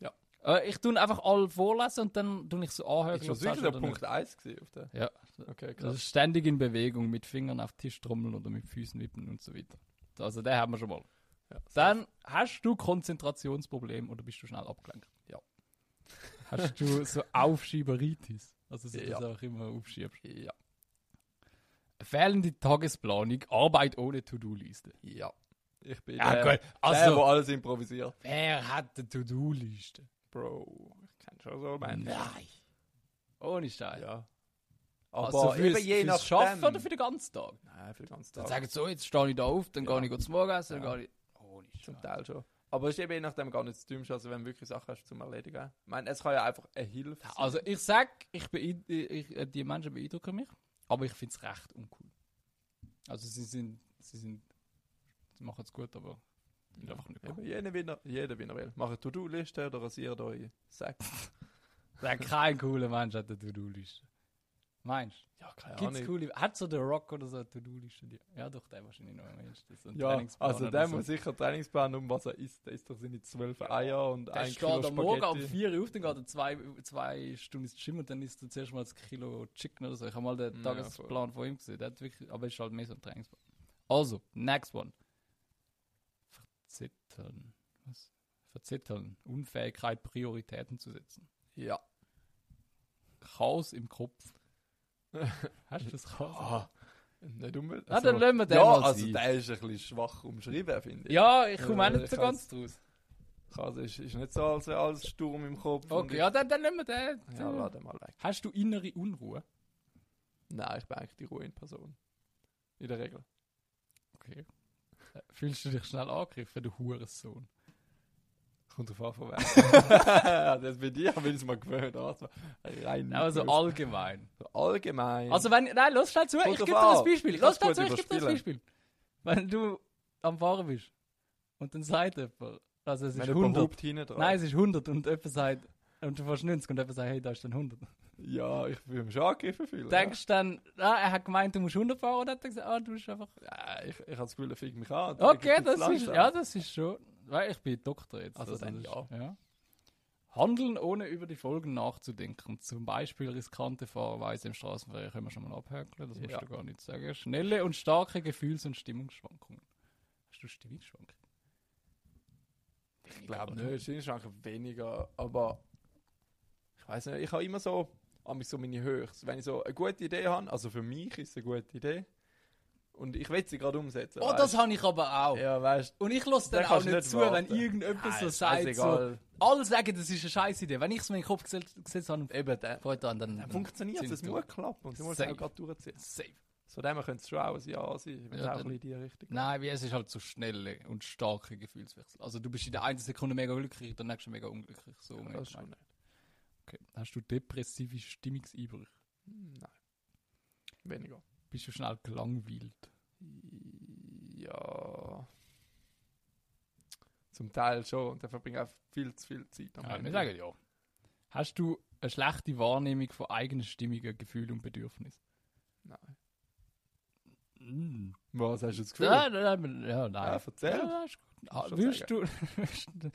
C: Ja.
B: Äh, ich tue einfach alle vorlesen und dann tue ich so anhören.
C: Ist schon
B: ob's hast
C: sicher der
B: oder nicht.
C: Punkt 1 gewesen auf der.
B: Ja,
C: Okay,
B: Das
C: krass.
B: ist Also ständig in Bewegung, mit Fingern auf den Tisch trommeln oder mit Füßen wippen und so weiter. Also, den haben wir schon mal.
C: Ja,
B: Dann hast du Konzentrationsproblem oder bist du schnell abgelenkt? Ja. Hast du so Aufschieberitis? Also, so, dass
C: Ja.
B: du auch immer aufschiebst.
C: Ja,
B: Fehlende Tagesplanung, Arbeit ohne To-Do-Liste.
C: ja. Ich bin
B: Ja,
C: der,
B: gut.
C: der,
B: Also,
C: der alles improvisiert.
B: wer hat eine To-Do-Liste?
C: Bro, ich kann schon so
B: Nein. Ohne Scheiß.
C: Ja. Aber
B: Also fürs,
C: eben je
B: fürs
C: nach
B: Schaffen oder für den ganzen Tag?
C: Nein, für den ganzen
B: Dann
C: Tag.
B: sagen sie so, jetzt stehe ich da auf, dann
C: Ja.
B: gehe ich kurz morgen essen, dann
C: Ja.
B: gehe ich... Ohne
C: Zum
B: Scheiß.
C: Teil schon. Aber es ist eben je nachdem gar nicht das Dümmste, also wenn du wirklich Sachen hast zum Erledigen. Ich meine, es kann ja einfach eine Hilfe sein.
B: Also ich sag, ich beein- ich, äh, die Menschen beeindrucken mich, aber ich finde es recht uncool. Also sie sind, sie sind, sie machen es gut, aber ich bin einfach nicht
C: Eben,
B: cool.
C: jeder, wie er, jeder, wie er will. Macht eine To-Do-Liste oder rasiert euch Sex.
B: Sag, kein cooler Mensch hat eine To-Do-Liste. Meinst
C: Ja,
B: du?
C: keine
B: Gibt's coole, hat so der Rock oder so eine To-Do-Liste? Die- Ja, doch, der wahrscheinlich noch am ehesten. So ein
C: Ja,
B: Trainingsplan
C: also
B: oder
C: der
B: so.
C: muss sicher einen Trainingsplan um, was er isst. Der isst doch seine zwölf Eier und
B: Der
C: ein
B: steht
C: Kilo
B: am Morgen um
C: Spaghetti.
B: 4 Uhr auf, dann geht er zwei, zwei Stunden ins Gym und dann isst er zuerst mal das Kilo Chicken oder so. Ich habe mal den
C: Ja,
B: Tagesplan von ihm gesehen. Der hat wirklich, aber ist halt mehr so ein Trainingsplan. Also, next one. Verzetteln. Was? Verzetteln. Unfähigkeit, Prioritäten zu setzen.
C: Ja.
B: Chaos im Kopf. Hast du das Chaos?
C: Ah, nicht unbedingt.
B: Ah, dann lassen wir den
C: ja,
B: mal
C: also
B: sein.
C: der ist ein bisschen schwach umschrieben, finde ich.
B: Ja, ich komme
C: Ja,
B: auch nicht
C: ich
B: so ganz draus.
C: Also ist, ist nicht so, als wäre alles Sturm im Kopf. und
B: Okay, also- ja, dann, dann nehmen wir den.
C: ich, ja lass den mal weg.
B: Hast du innere Unruhe?
C: Nein, ich bin eigentlich die ruhige Person. In der Regel.
B: Okay. Äh, Fühlst du dich schnell angegriffen, du Hurensohn?
C: Kommt drauf an, von wem. das bin ich, aber ich es mal gewöhnt. Also, rein
B: Nein, Also
C: böse.
B: allgemein.
C: allgemein.
B: Also wenn, nein, los schnell zu, ich
C: Kommt
B: gebe
C: drauf
B: dir ein
C: an.
B: Beispiel.
C: Ich
B: Los schnell
C: kann's
B: zu, ich
C: gut
B: gebe dir ein Beispiel. Wenn du am Fahren bist und dann sagt jemand, also es ist
C: wenn
B: 100,
C: überhaupt hinten dran.
B: nein, es ist 100 und jemand sagt, und du fährst 90 und jemand sagt, hey, da ist dann 100.
C: Ja, ich würde mich schon angegriffen fühlen.
B: Denkst du dann, ah, er hat gemeint, du musst 100 fahren und hat dann gesagt, ah, du bist einfach...
C: ja. Ja, Äh, ich, ich habe das Gefühl, er fickt mich an. Dann bin
B: Okay,
C: ich ein bisschen
B: das ist,
C: langsam.
B: ja, das ist schon, weil ich bin Doktor jetzt.
C: Also dann
B: das ist- ja. Handeln, ohne über die Folgen nachzudenken. Zum Beispiel riskante Fahrweise im Straßenverkehr können wir schon mal abhäkeln, das musst
C: Ja.
B: du gar nicht sagen. Schnelle und starke Gefühls- und Stimmungsschwankungen. Hast du Stimmungsschwankungen?
C: Ich glaube nicht, Schienenschranken weniger, aber ich weiß nicht, ich habe immer so, habe so meine Höchst. Wenn ich so eine gute Idee habe, also für mich ist es eine gute Idee und ich will sie gerade umsetzen.
B: Oh, das
C: weißt
B: habe ich aber auch.
C: du? Ja, weißt
B: Und ich lasse dann
C: Dann
B: auch
C: kannst du
B: nicht
C: nicht
B: zu, wenn
C: warten.
B: irgendjemand
C: Nein,
B: so
C: ist
B: sagt, so,
C: scheißegal.
B: alle sagen, das ist eine scheiß Idee. Wenn ich es mir in den Kopf gesetzt, gesetzt habe und
C: du, eben, dann,
B: gefreut habe, dann, dann
C: dann funktioniert es,
B: Hm, sind
C: es
B: wir
C: muss klappen und du musst es
B: Safe.
C: auch gerade durchziehen.
B: safe.
C: Von dem her könnte es schon auch ein Ja sein, wenn
B: Ja, dann-
C: es auch ein bisschen in die Richtung
B: Nein, wie es ist halt so schnelle und starke Gefühlswechsel. Also du bist in der einen Sekunde mega glücklich, in der nächsten mega unglücklich. So
C: geht.
B: um
C: Das ist schon
B: gemeint. okay. Hast du depressive Stimmungseinbrüche?
C: nicht. Nein. Weniger.
B: Bist du schnell gelangweilt?
C: Ja. Zum Teil schon und dann verbringe ich auch viel zu viel Zeit am
B: Ja, wir
C: Handy.
B: sagen ja. Hast du eine schlechte Wahrnehmung von eigenen Stimmungen, Gefühlen und Bedürfnissen?
C: Nein.
B: Mm.
C: Was hast du das Gefühl?
B: Ja, nein, nein, ja,
C: Ja,
B: nein.
C: erzähl.
B: Ja, ist gut. Ah,
C: Kannst du
B: Willst du, willst du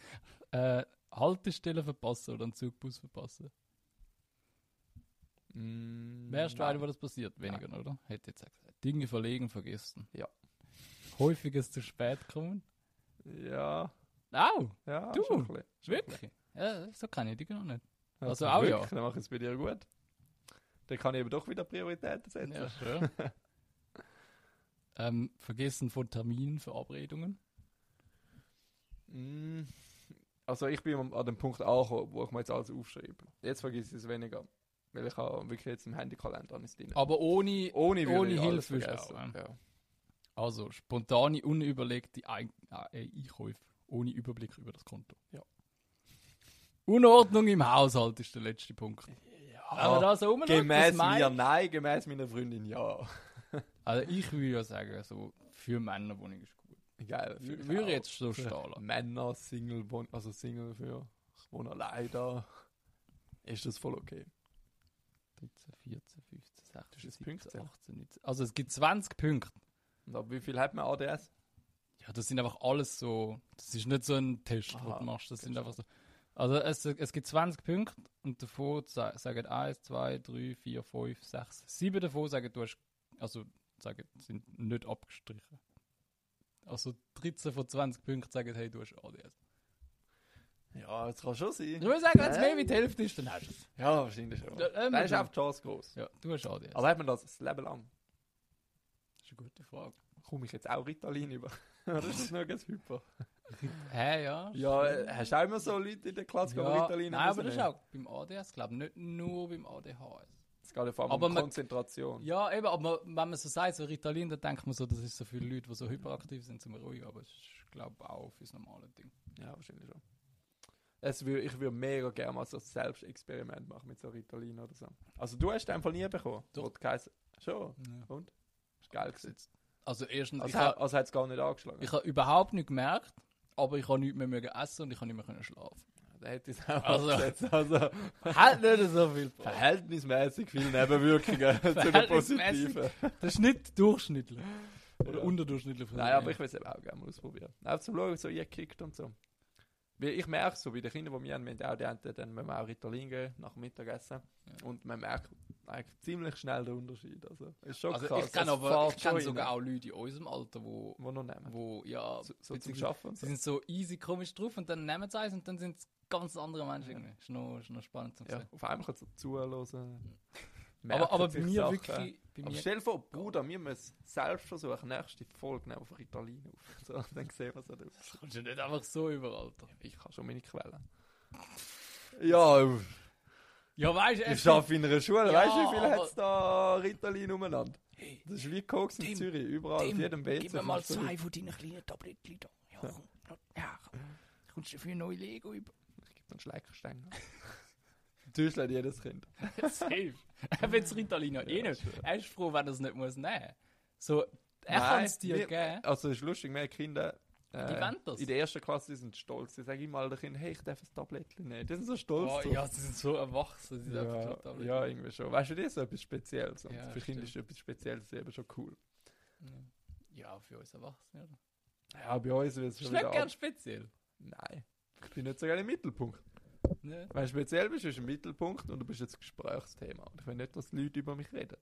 B: äh, Haltestellen verpassen oder einen Zugbus verpassen?
C: Mm,
B: Wärst du
C: nein.
B: einer, wo das passiert? Weniger, oder? Hätte ich jetzt auch gesagt. Dinge verlegen, vergessen.
C: Ja.
B: Häufiges zu spät kommen.
C: Ja,
B: Au,
C: ja.
B: Du?
C: schon ein bisschen. Schon ein bisschen.
B: wirklich? Ja, so kann ich dich noch nicht.
C: Ja,
B: Also
C: zum
B: auch
C: Glück,
B: ja.
C: Dann mache ich es bei dir gut. Dann kann ich eben doch wieder Prioritäten setzen.
B: Ja, schön. ähm, vergessen von Terminen, Verabredungen.
C: Mm, Also ich bin am- an dem Punkt angekommen, wo ich mir jetzt alles aufschreibe. Jetzt vergesse ich es weniger. Weil ich habe wirklich jetzt im Handykalender alles drin.
B: Aber ohne,
C: würde
B: Ah, ohne
C: ich alles
B: Hilfe ist
C: vergessen.
B: auch,
C: ja.
B: also spontane, unüberlegte Ein äh, Einkäufe. Ohne Überblick über das Konto.
C: Ja.
B: Unordnung im Haushalt ist der letzte Punkt. Aber da so rumschaut, das
C: Gemäß
B: meint-
C: mir nein, gemäß meiner Freundin ja.
B: Also ich würde ja sagen, so für Männerwohnung ist gut.
C: Geil.
B: Wür-
C: finde
B: Würde ich
C: auch.
B: jetzt so
C: Für
B: stehen lassen.
C: Männer, Single, wohn- also Single für ich wohne allein da. Ist das voll okay.
B: 13, 14, 15, 16,
C: Das ist
B: 17,
C: 15.
B: 18, 19. Also es gibt 20 Punkte.
C: Und ab wie viel hat man ADS?
B: Ja, das sind einfach alles so. Das ist nicht so ein Test, wo
C: Aha,
B: du machst. Das sind
C: genau.
B: einfach so. Also es, es gibt 20 Punkte und davon sa- sagen 1, 2, 3, 4, 5, 6, 7 davon sagen, du hast, also sagen, sind nicht abgestrichen. Also 13 von 20 Punkten sagen, hey, du hast ADS.
C: Ja, das kann schon
B: Ich
C: sein.
B: würde sagen, wenn es mehr wie die Hälfte ist, dann hast du es.
C: Ja, wahrscheinlich schon.
B: Ja, ähm,
C: Dann ist
B: ja.
C: auch die Chance groß.
B: Ja, du hast ADS.
C: Aber hat man das das Leben lang?
B: das ist eine gute Frage.
C: Komme ich jetzt auch Ritalin über? Oder ist das nur ganz hyper?
B: Hä, ja.
C: Ja,
B: stimmt.
C: äh, hast du auch immer so Leute in der Klasse, die
B: ja,
C: Ritalin
B: Nein, aber das ist
C: rausnehmen?
B: auch beim ADS, glaube ich, nicht nur beim ADHS.
C: Es geht ja vor allem
B: Aber
C: um
B: man-
C: Konzentration.
B: Ja, eben, aber man, wenn man so sagt, so Ritalin, dann denkt man so, das ist so viele Leute, die so hyperaktiv sind, zum ruhig, aber es ist, glaube ich, auch fürs normale Ding.
C: Ja, wahrscheinlich schon. Es wür, ich würde mega gerne mal so ein Selbstexperiment machen mit so Ritalin oder so. Also du hast den Fall nie bekommen?
B: Doch.
C: Wo du geheißen- schon,
B: Ja.
C: ist geil gewesen.
B: Also erstens,
C: Also,
B: ich
C: ha-
B: habe
C: also hat es gar nicht angeschlagen?
B: ich ha überhaupt nicht gemerkt, aber ich habe nichts mehr mögen essen und ich habe nicht mehr können schlafen.
C: da hätte ich es auch
B: Also-
C: abgesetzt. Also
B: Hat nicht so viel
C: verhältnismäßig viele Nebenwirkungen zu den
B: Verhältnismäßig.
C: Positiven.
B: Das ist nicht durchschnittlich. Oder
C: Ja.
B: unterdurchschnittlich.
C: Nein, aber ich will es eben auch gerne mal ausprobieren. Auch zum Schauen, so eingekickt und so. Weil ich merke so, bei den Kindern, die wir haben, wir haben auch die einen, dann müssen wir auch Ritalin geben, nach dem Mittagessen.
B: Ja.
C: Und man merkt eigentlich ziemlich schnell den Unterschied. Also, ist schon
B: also
C: krass.
B: ich kenne
C: Es
B: aber ich
C: fällt
B: kenn
C: schon
B: sogar
C: rein,
B: auch Leute in unserem Alter, wo,
C: Die noch nehmen.
B: wo ja,
C: So, so zum
B: beziehungsweise-
C: Schaffen und
B: sie
C: so.
B: sind so easy komisch drauf und dann nehmen sie eins und dann sind es ganz andere Menschen. irgendwie. Ist, noch, ist noch spannend zu
C: Ja,
B: sehen.
C: auf einmal kannst du zuhören.
B: Aber,
C: merken
B: aber bei
C: sich
B: mir
C: Sachen.
B: wirklich, bei
C: Aber
B: mir
C: stell dir vor, Bruder, wir müssen es selbst versuchen, nächste Folge nehmen wir auf Ritalin auf. So, dann sehen wir es dann.
B: Das kommst du nicht einfach so über, Alter.
C: Ich habe schon meine Quellen. Ja, uff.
B: Ja, weißt du,
C: Ich arbeite in einer Schule,
B: Ja,
C: weißt du, wie viel
B: aber-
C: hat es da Ritalin umeinander?
B: Hey,
C: Das ist wie Koks in
B: Tim,
C: Zürich, überall, auf jedem WC.
B: gib mir mal
C: findest du
B: zwei von deinen kleinen Tabletten da. Ja, komm, ja, komm. Kommst du dafür neue Lego über?
C: Ritalin. Gib mir einen Schleckerstängel. In Deutschland jedes Kind.
B: Safe. Er will das Ritalin ja eh
C: Ja,
B: nicht.
C: sure.
B: Er ist froh, wenn er es nicht muss nehmen. So, er
C: Nein,
B: kann es dir
C: wir-
B: geben.
C: Also ist lustig, mehr Kinder äh,
B: Die wollen das.
C: in der ersten Klasse die sind stolz. Sie sagen immer den Kindern, hey, ich darf ein Tablettchen nehmen. Die sind so stolz
B: Oh,
C: drauf.
B: ja, sie sind so erwachsen. Sie dürfen schon
C: ja,
B: Tabletten.
C: ja, irgendwie schon. Weißt du, das ist so etwas Spezielles. Und
B: Ja,
C: für Kinder ist etwas Spezielles eben schon cool.
B: ja, für uns Erwachsene. oder?
C: Ja, bei uns wird es
B: Ist
C: schon
B: nicht
C: wieder
B: gern
C: ab.
B: speziell.
C: Nein, ich bin nicht so gerne im Mittelpunkt.
B: Ne?
C: Wenn du speziell bist, ist ein Mittelpunkt und du bist jetzt Gesprächsthema. Und ich will nicht, dass die Leute über mich reden.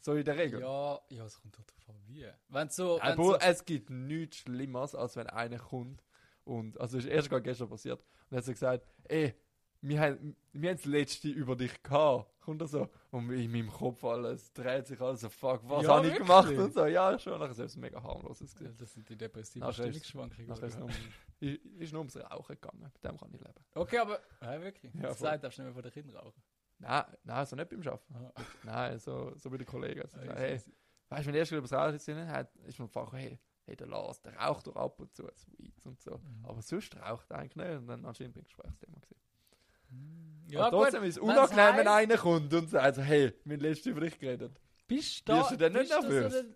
C: So in der Regel.
B: Ja, ja, es kommt doch davon wie. Wenn so, wenn
C: Aber
B: so
C: es gibt nichts Schlimmeres, als wenn einer kommt und, also ist erst gerade gestern passiert, und dann hat sie gesagt, ey, wir haben, wir haben das letzte über dich gehabt. Kommt er so, und in meinem Kopf alles, dreht sich alles, so fuck, was
B: Ja,
C: habe ich
B: wirklich?
C: gemacht und so. Ja, schon, nachher ist es mega harmloses
B: Ja,
C: gewesen.
B: Das sind die depressiven
C: Nachher ist-
B: Stimmungsschwankungen.
C: nachher
B: die
C: ist
B: du
C: noch-
B: hast.
C: I- Ist nur ums Rauchen gegangen, mit dem kann ich leben.
B: Okay, aber. Ja, wirklich.
C: Ja,
B: Ja, das
C: voll.
B: sagt, darfst du nicht mehr von den Kindern rauchen.
C: Nein, nein, so nicht beim Arbeiten.
B: Aha.
C: Nein, so, so bei den Kollegen. Also,
B: Ja,
C: hey,
B: easy.
C: Weißt du, wenn ich erst über das Rauchen gesehen hat, ist mir gefragt, hey, hey, der Lars, der raucht doch ab und zu Sweets und so.
B: Mhm.
C: Aber sonst raucht er eigentlich nicht. Und dann anscheinend bin ich Gesprächsthema gewesen.
B: ja,
C: und trotzdem
B: gut.
C: ist es
B: Wenn's
C: unangenehm,
B: heisst-
C: wenn einer kommt und sagt, so, hey, mein letztes über dich geredet.
B: Bist du da?
C: Wirst du denn nicht
B: bist so
C: nervös?
B: ein-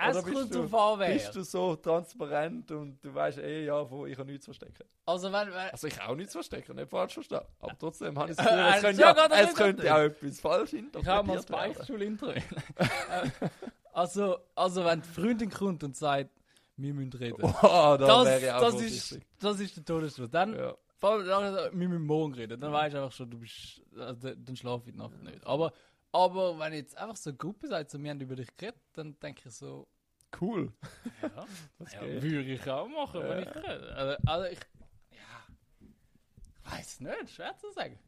B: Es
C: Oder bist
B: kommt
C: du-
B: drauf an,
C: Bist
B: wer.
C: du so transparent und du weißt eh, ja, wo ich habe nichts zu verstecken.
B: Also, wenn. wenn
C: Also ich auch nichts zu verstecken, nicht falsch verstehen. Aber trotzdem habe ich das
B: Äh,
C: Gefühl,
B: äh,
C: es könnte
B: ja,
C: ja,
B: gerade
C: es
B: nicht,
C: könnte
B: oder?
C: auch etwas falsch
B: ich habe mal das
C: interpretiert werden.
B: Beichtschul-Intro. Äh, also, also, wenn die Freundin kommt und sagt, wir müssen reden.
C: Oh, da
B: das,
C: wäre ich auch
B: das, ist,
C: vorsichtig.
B: das ist der Todesschluss. Dann.
C: Ja.
B: Vor allem, dann- wir müssen morgen reden. Dann weißt du einfach schon, du bist. Also, dann- dann schlaf ich die Nacht nicht. Aber, aber wenn jetzt einfach so eine Gruppe sagt, so, wir haben über dich geredet, dann denke ich so,
C: Cool.
B: ja,
C: Das
B: ja,
C: geht.
B: würde ich auch machen, wenn ich könnte. Also, also ich. Ja. Ich weiß nicht, schwer zu sagen.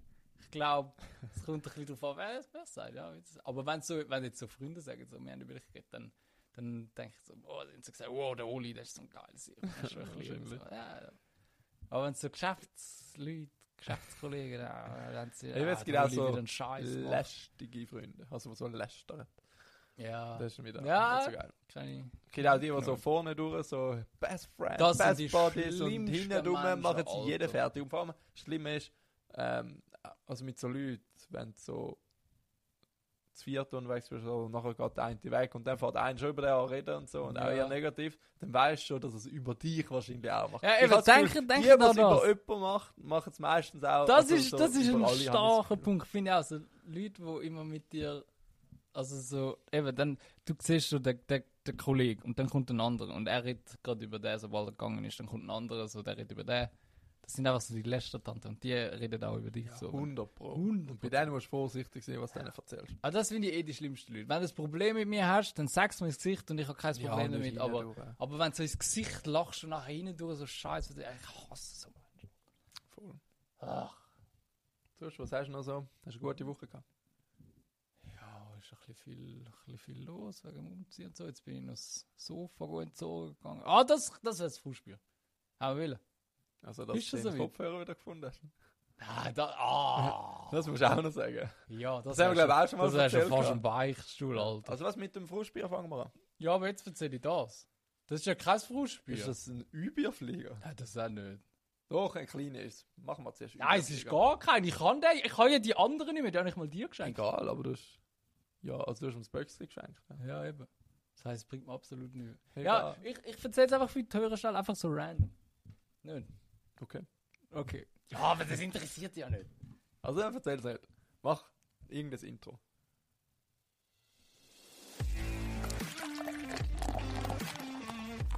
B: Ich glaube, es kommt ein bisschen darauf an, wer es besser sagt. Ja, wie das- aber wenn, so, wenn jetzt so Freunde sagen, so, wir haben über dich geredet, dann, dann denke ich so, oh, dann haben sie gesagt, oh, der Oli, der ist so ein geiler Sieg. Das ist schon ein bisschen so, ja, ja. Aber wenn so Geschäftsleute, Geschäftskollegen, dann, dann sind
C: Ich weiß
B: der
C: genau
B: Oli
C: so
B: wieder einen Scheiß. macht.
C: Lästige Freunde. Also, die so lästern.
B: Ja,
C: Das ist schon wieder
B: Ja.
C: nicht so geil.
B: kann ich.
C: Genau, die, die so vorne durch, so Best Friends,
B: Das sind die
C: Best Buddies und
B: schlimmsten
C: hinten rum
B: Menschen,
C: machen sie jeden
B: Alter.
C: fertig. Und vor allem, das Schlimme ist, ähm, also mit so Leuten, wenn du so zu viert unterwegs bist so, und also nachher geht der eine weg und dann fährt einer schon über den an reden und so und auch
B: Ja.
C: eher negativ, dann weißt du schon, dass es über dich wahrscheinlich auch macht.
B: Ja,
C: Ich
B: eben,
C: hab das
B: denke-
C: Gefühl,
B: denke
C: die, die
B: an
C: es über
B: das.
C: jemanden macht, machen es meistens auch.
B: Das
C: also
B: ist,
C: so
B: das ist
C: über
B: ein
C: alle, habe ich das
B: starker
C: Gefühl.
B: Punkt, finde ich auch. So Leute, die immer mit dir, also so, eben, dann, du siehst so den, den, den Kollegen und dann kommt ein anderer und er redet gerade über den, sobald er gegangen ist, dann kommt ein anderer, so der redet über den. Das sind einfach so die Lästertanten und die reden auch über dich so.
C: 100 Pro.
B: 100
C: Und bei denen musst du vorsichtig sein, was du denen erzählst.
B: Also das finde ich eh die schlimmsten Leute. Wenn du ein Problem mit mir hast, dann sag's mir ins Gesicht und ich habe kein
C: Ja,
B: Problem
C: und das
B: damit.
C: ist
B: Aber,
C: hinten durch.
B: aber wenn du so ins Gesicht lachst und nachher hinten durch so scheiße, ich hasse so Menschen.
C: Voll.
B: Ach,
C: Sonst, was hast du noch so? Hast du eine gute Woche gehabt?
B: ja, ist ein bisschen viel, ein bisschen viel los wegen dem Umziehen und so. Jetzt bin ich noch das Sofa gut entzogen gegangen. Ah, das, das wäre das Fußspiel. Haben wir wollen.
C: Also, dass
B: Ist
C: du
B: das
C: den
B: so weit?
C: Kopfhörer wieder gefunden hast.
B: Nein, da, ah.
C: Das musst du auch noch sagen.
B: Ja, das,
C: haben
B: wär
C: wir, glaub ich, auch schon mal
B: Das wär schon
C: erzählt
B: fast ein Beichtstuhl, Alter.
C: Also, was mit dem Frustbier fangen wir an?
B: Ja, aber jetzt erzähle ich das. Das ist ja kein Frustspiel.
C: Ist das ein Überflieger?
B: Nein, das auch nicht.
C: Doch, ein kleiner ist. Machen wir zuerst.
B: Nein, es ist
C: Überflieger.
B: gar kein. Ich kann den, ich kann ja die anderen nicht mehr, die habe ich mal dir geschenkt.
C: Egal, aber du hast. Ja, also du hast uns Böckchen geschenkt. Ja.
B: Ja, eben. Das heisst, es bringt mir absolut nichts. Ja,
C: Egal.
B: ich, ich erzähle es einfach für die Hörer schnell, einfach so random. Nicht?
C: Okay.
B: Okay. Ja, aber das interessiert ja nicht.
C: Also, dann erzähl es halt. Mach irgendein Intro.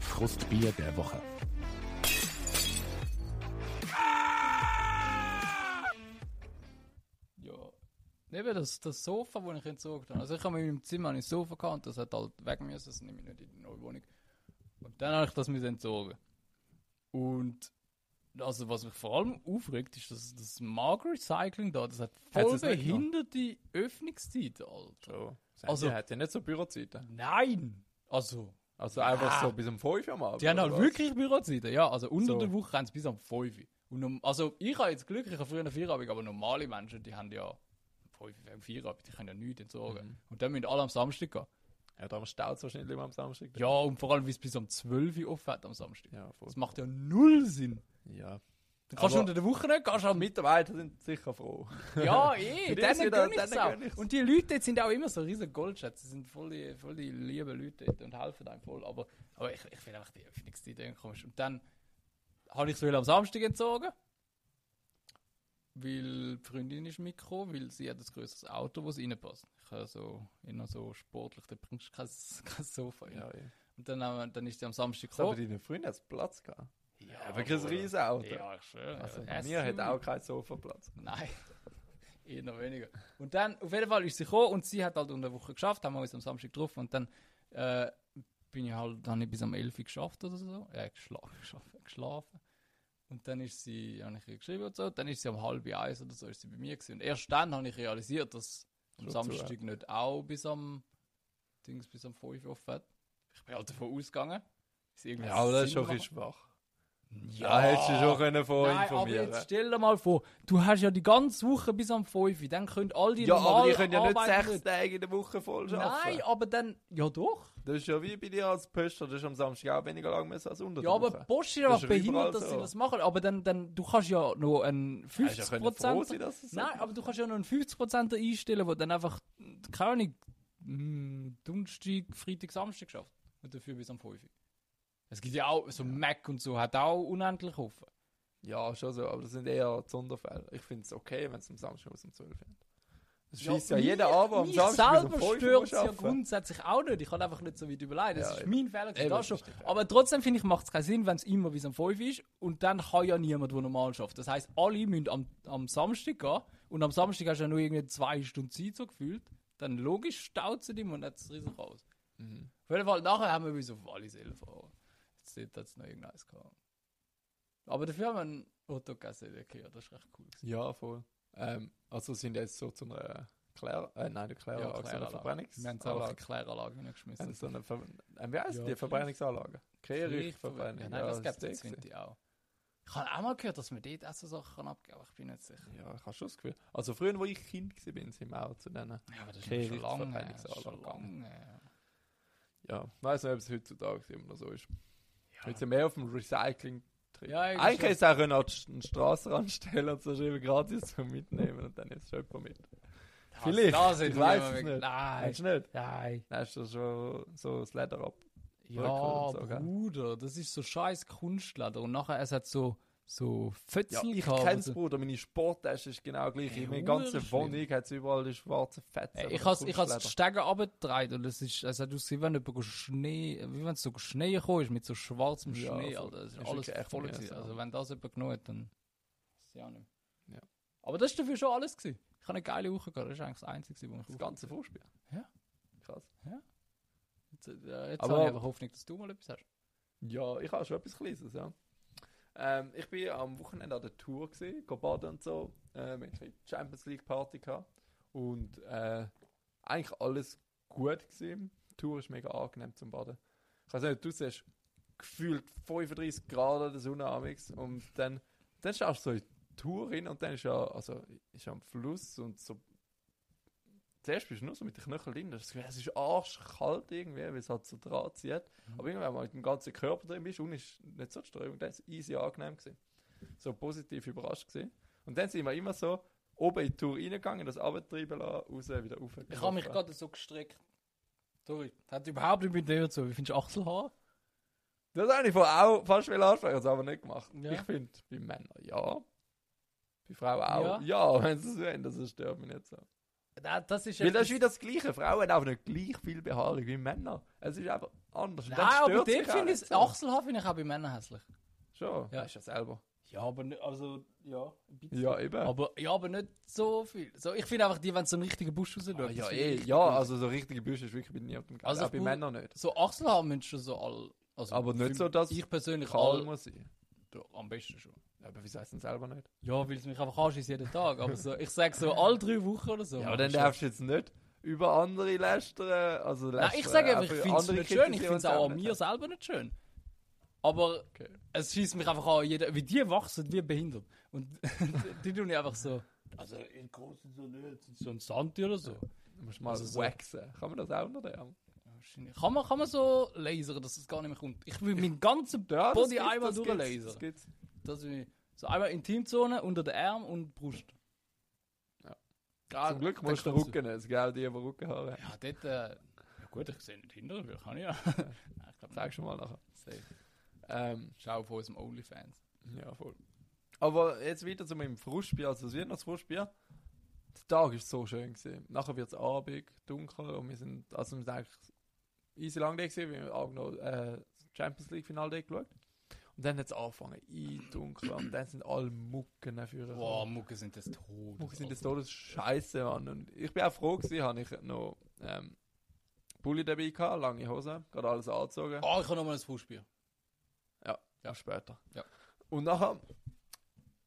A: Frustbier der Woche.
B: Ja. Eben das, das Sofa, das ich entsorgt habe. Also ich habe in meinem Zimmer ein Sofa gehabt und das hat halt weg müssen, das nehme ich nicht in die neue Wohnung. Und dann habe ich das müssen entsorgen. Und also was mich vor allem aufregt, ist, dass das Mark Recycling da, das hat voll
C: es nicht genommen?
B: behinderte Öffnungszeit, Alter.
C: So.
B: Also-
C: Also, hat ja nicht so Bürozeiten.
B: Nein! Also,
C: Also, einfach
B: Ah.
C: so bis um 5 Uhr am Abend.
B: die haben halt
C: oder was?
B: wirklich Bürozeiten, ja. Also unter
C: So.
B: der Woche haben sie bis um 5 Uhr. Und norm- also ich habe jetzt Glück, ich habe früher eine Feierabend, aber normale Menschen, die haben ja um 5 Uhr, um Feierabend, die können ja nichts entsorgen.
C: Mhm.
B: Und dann müssen alle am Samstag gehen.
C: Ja, darum staut es wahrscheinlich immer am Samstag.
B: Ja, und vor allem, wie es bis um 12 Uhr offen hat am Samstag.
C: Ja, voll.
B: Das macht ja null Sinn.
C: Ja.
B: Dann kannst du
C: Aber-
B: unter der Woche nicht, kannst halt mit.
C: Mitarbeiter sind sicher froh.
B: Ja, eh,
C: Für die
B: denen
C: ist wieder-
B: gönn ich's
C: denen
B: auch.
C: gönn ich's.
B: Und die Leute dort sind auch immer so riesen Goldschätze. Sie sind voll die, voll die lieben Leute dort und helfen einem voll. Aber, aber ich, ich finde einfach die Öffnungszeit irgendwie komisch. Und dann habe ich es am Samstag entzogen. Weil die Freundin ist mitgekommen, weil sie hat ein größeres Auto, wo es reinpasst. Ich habe so, immer so sportlich, da bringst du kein, kein Sofa rein.
C: ja.
B: Und dann, haben wir- dann ist sie am Samstag
C: So,
B: gekommen.
C: aber deine Freunde hat Platz gehabt.
B: Ja,
C: wirklich ein Riesenauto.
B: Ja, ich schwöre.
C: Also,
B: ja.
C: mir hat
B: SUV.
C: auch kein Sofaplatz.
B: Nein. Eher noch weniger. Und dann, auf jeden Fall ist sie gekommen und sie hat halt unter der Woche geschafft, haben wir uns am Samstag getroffen und dann äh, bin ich halt, dann habe ich bis am 11 Uhr geschafft oder so. Ja, geschlafen, geschlafen, geschlafen. Und dann ist sie, habe ich ihr geschrieben und so, dann ist sie um halb eins oder so, ist sie bei mir gewesen. Und erst dann habe ich realisiert, dass am
C: Schon zu,
B: Samstag nicht auch bis am, Dings, bis am 5 Uhr offen hat. Ich bin halt davon ausgegangen. dass irgendwie Sinn macht.
C: schwach.
B: Ja,
C: Ja, hättest du schon können vorher
B: Nein, aber
C: informieren.
B: jetzt stell dir mal vor, du hast ja die ganze Woche bis am 5 Uhr, dann können all die
C: Ja, aber die
B: normal
C: können ja nicht
B: arbeiten
C: sechs Tage in der Woche voll arbeiten.
B: Nein, aber dann, ja doch.
C: Das ist ja wie bei dir als Pöster, das ist am Samstag auch weniger lang müssen als unter der
B: Ja, aber
C: Woche.
B: Post ist
C: Das
B: einfach
C: ist
B: behindert,
C: überall
B: dass sie
C: so.
B: das machen, aber dann, dann, du kannst ja noch einen
C: Hast ja
B: 50%...
C: können froh sein, dass es
B: Nein, aber du kannst ja noch einen 50% einstellen, der dann einfach, keine Ahnung, mm, Donnerstag, Freitag, Samstag schafft. Und dafür bis am 5 Uhr. Es gibt ja auch, so Mac und so, hat auch unendlich offen.
C: Ja, schon so, aber das sind eher die Sonderfälle. Ich finde es okay, wenn es am Samstag aus um 12 Uhr Das
B: Ja,
C: schießt ja, jeder Abend am
B: mich
C: Samstag bis um
B: selber
C: 5
B: stört
C: Uhr
B: es ja
C: arbeiten.
B: grundsätzlich auch nicht. Ich habe einfach nicht so weit überlegt. Das
C: Ja,
B: ist
C: eben.
B: mein Fehler. gewesen,
C: Eben,
B: das
C: das
B: schon.
C: ist der Fehler.
B: Aber trotzdem finde ich, macht es keinen Sinn, wenn es immer bis um 5 ist und dann kann ja niemand, der normal schafft. Das heisst, alle müssen am, am Samstag gehen und am Samstag hast du ja nur irgendwie zwei Stunden Zeit so gefühlt. Dann logisch staut sie dich und hat es riesig aus.
C: Mhm.
B: Auf jeden Fall, nachher haben wir bis auf Wallis 11 fahren. Jetzt dort hat es noch irgendwas gehabt. Aber dafür haben wir einen Otto Gassel gehört. Das ist recht cool. gewesen.
C: Ja, voll. Ähm, also sind jetzt so zu einer Klär... Äh, nein, eine Klär... so einer
B: Kläranlage. Wir haben es auch auf die
C: Verbrennungsanlage.
B: Kläranlage hineingeschmissen.
C: Haben so eine Ver äh, wie heißt
B: Ja,
C: die Verbrennungsanlage? Kehrichtverbrennung.
B: Ja, nein, das gibt es
C: ist
B: finde
C: dick.
B: ich auch. Ich habe auch mal gehört, dass man dort auch so Sachen kann abgeben kann, aber ich bin nicht sicher.
C: Ja, ich habe schon das Gefühl. Also früher, wo ich Kind war, bin, sind wir auch zu denen.
B: Ja, aber das
C: Okay,
B: ist schon lange, her, das
C: Verteidigungsanlage
B: ist schon lange. her.
C: Ja, ich weiß nicht, ob es heutzutage immer noch so ist. Heute sind wir mehr auf dem Recycling drin.
B: Ja, eigentlich
C: Eigentlich hätte es auch können an den Straßenrand stellen und so schreiben, gratis zum Mitnehmen und dann ist schon jemand mit.
B: Das-
C: Vielleicht,
B: Also das ist
C: ich weiß
B: mir
C: es
B: wirklich-
C: nicht.
B: Nein,
C: Hast du nicht?
B: nein.
C: Dann hast du schon so das Leder ab.
B: Ja,
C: Bröckel und so, gell?
B: Bruder, das ist so scheiß Kunstlader. Und nachher, es hat so, so
C: Ja,
B: Fötzl
C: ich
B: gehabt,
C: kenn's,
B: also-
C: Bruder. Meine Sporttasche ist genau gleich.
B: Ey,
C: In meiner ganzen
B: urschlimm.
C: Wohnung hat es überall die schwarzen Fetzen.
B: Ey,
C: von
B: Äh, Ich
C: der
B: has ich has die
C: Kunstleder.
B: Stege runtergetragen und es, ist, es hat ausgesehen, wenn jemand Schnee, wie wenn es so Schnee gekommen ist, mit so schwarzem
C: Ja,
B: Schnee,
C: voll.
B: Alter. Das ist
C: Ist
B: alles
C: wirklich echt
B: voll
C: mühsam.
B: gewesen. Also wenn das jemand genommen hat, dann weiß ich auch nicht.
D: Ja.
B: Aber das war dafür schon alles. Gewesen. Ich habe eine geile Woche gehabt, das war eigentlich das Einzige, was ich
D: Das
B: aufgeholt
D: ganze
B: habe.
D: Vorspiel.
C: Krass.
B: Jetzt, äh, jetzt
D: Aber-
B: habe ich aber Hoffnung, dass du mal etwas hast.
D: Ja, ich habe schon etwas Kleines, ja.
C: Ähm, ich bin am Wochenende an der Tour gesehen, baden und so. Äh, wir hatten Champions League Party gehabt. und äh, eigentlich alles gut gesehen. Die Tour ist mega angenehm zum Baden. Ich weiß nicht, du siehst gefühlt 35 Grad an der Sonne amix und dann, dann schaust du so in die Tour rein und dann ist ja also ist am Fluss und so. Zuerst bist du nur so mit den Knöcheln drin, das Gefühl, es ist arschkalt irgendwie, weil es halt so dran zieht.
B: Mhm.
C: Aber irgendwann mal den ganzen Körper drin bist und ist nicht so die Strömung, dann ist es easy angenehm gewesen. So positiv überrascht gewesen. Und dann sind wir immer so oben in die Tour reingegangen, das abgetrieben lassen, raus, wieder rauf.
B: Ich habe mich gerade so gestreckt. Sorry, das hat überhaupt nicht mit dir zu tun. Wie findest du Achselhaar?
C: Das habe ich von auch fast will ansprechen, das aber nicht gemacht.
B: Ja.
C: Ich finde, bei Männern ja. Bei Frauen auch. Ja,
B: Ja.
C: wenn sie es wollen, das stört mich nicht so.
B: Nein, das ist
C: Weil das
B: etwas-
C: ist wieder das Gleiche. Frauen haben auch nicht gleich viel Behaarung wie Männer. Es ist einfach anders. Und
B: Nein,
C: dann
B: aber
C: stört's
B: dort
C: mich auch
B: finde
C: nicht
B: ich
C: so.
B: Achselhaar finde ich auch bei Männern hässlich.
C: Schon,
B: Ja.
C: ja. ist ja selber.
B: Ja, aber nicht, also, ja, ein bisschen.
C: Ja, eben.
B: Aber, ja, aber nicht so viel. So, ich finde einfach die, wenn es so einen richtigen Busch raus
C: Ah, ja, eh, ja, also so richtige Büsche ist wirklich bei niemandem geil.
B: Also
C: Also auch bei
B: gut.
C: Männern nicht.
B: So Achselhaar müssen schon so all. Also
C: Aber nicht
B: für
C: so, dass
B: Ich persönlich
C: Kahl
B: all.
C: muss sein.
B: Doch, Am besten schon.
C: Aber wieso heißt denn selber nicht?
B: Ja, weil es mich einfach anschießt jeden Tag. Aber so, ich sage so alle drei Wochen oder so.
C: Ja, aber dann darfst du jetzt nicht über andere lästern. Also
B: Nein,
C: lästern
B: ich sage einfach, ich
C: aber
B: finde es
C: andere
B: nicht schön. Ich
C: kritisieren
B: finde es
C: und
B: auch
C: so
B: an mir selber nicht schön. Aber
C: Okay.
B: es schießt mich einfach an, jeder, wie die wachsen, wie behindert. Und die tun ich einfach so. Also in großen so nicht. So ein Santi oder so.
C: Du musst mal
B: Also so-
C: waxen. Kann man das auch noch lernen?
B: Wahrscheinlich. Kann man, kann man so lasern, dass es gar nicht mehr kommt? Ich will meinen ganzen
C: Ja,
B: Body
C: gibt's,
B: einmal
C: gibt's,
B: durchlasern.
C: Das gibt's.
B: Das will ich. So einmal Intimzone, unter der Arm und Brust.
C: Ja.
B: Ah,
C: Zum Glück
B: dann
C: musst du
B: kommst
C: Rücken. Es gibt auch die, die Rücken haben.
B: Ja, dort. Äh, ja gut, ich sehe nicht hinter, weil kann ich ja. Nein, ich glaube,
C: Zeig schon mal nachher. Ähm,
B: schau auf unserem OnlyFans.
C: ja, voll. Aber jetzt wieder zu meinem Frustbier. Also, es wird noch das Frustbier. Der Tag ist so schön gewesen. Nachher wird es Abend, dunkel und wir sind, also wir sind eigentlich easy lang da gewesen, weil wir auch noch äh, das Champions League Finale da geschaut. Und dann hat es angefangen, ein dunkel und dann sind alle Mucken dafür.
B: Boah, Mucke sind das tot.
C: Mucke sind das todes Scheiße, Mann. Und ich bin auch froh gewesen, habe ich noch ähm, Pulli dabei gehabt, lange Hose, gerade alles angezogen.
B: Oh, ich habe nochmal ein Fußspiel.
C: Ja, später.
B: Ja.
C: Und nachher,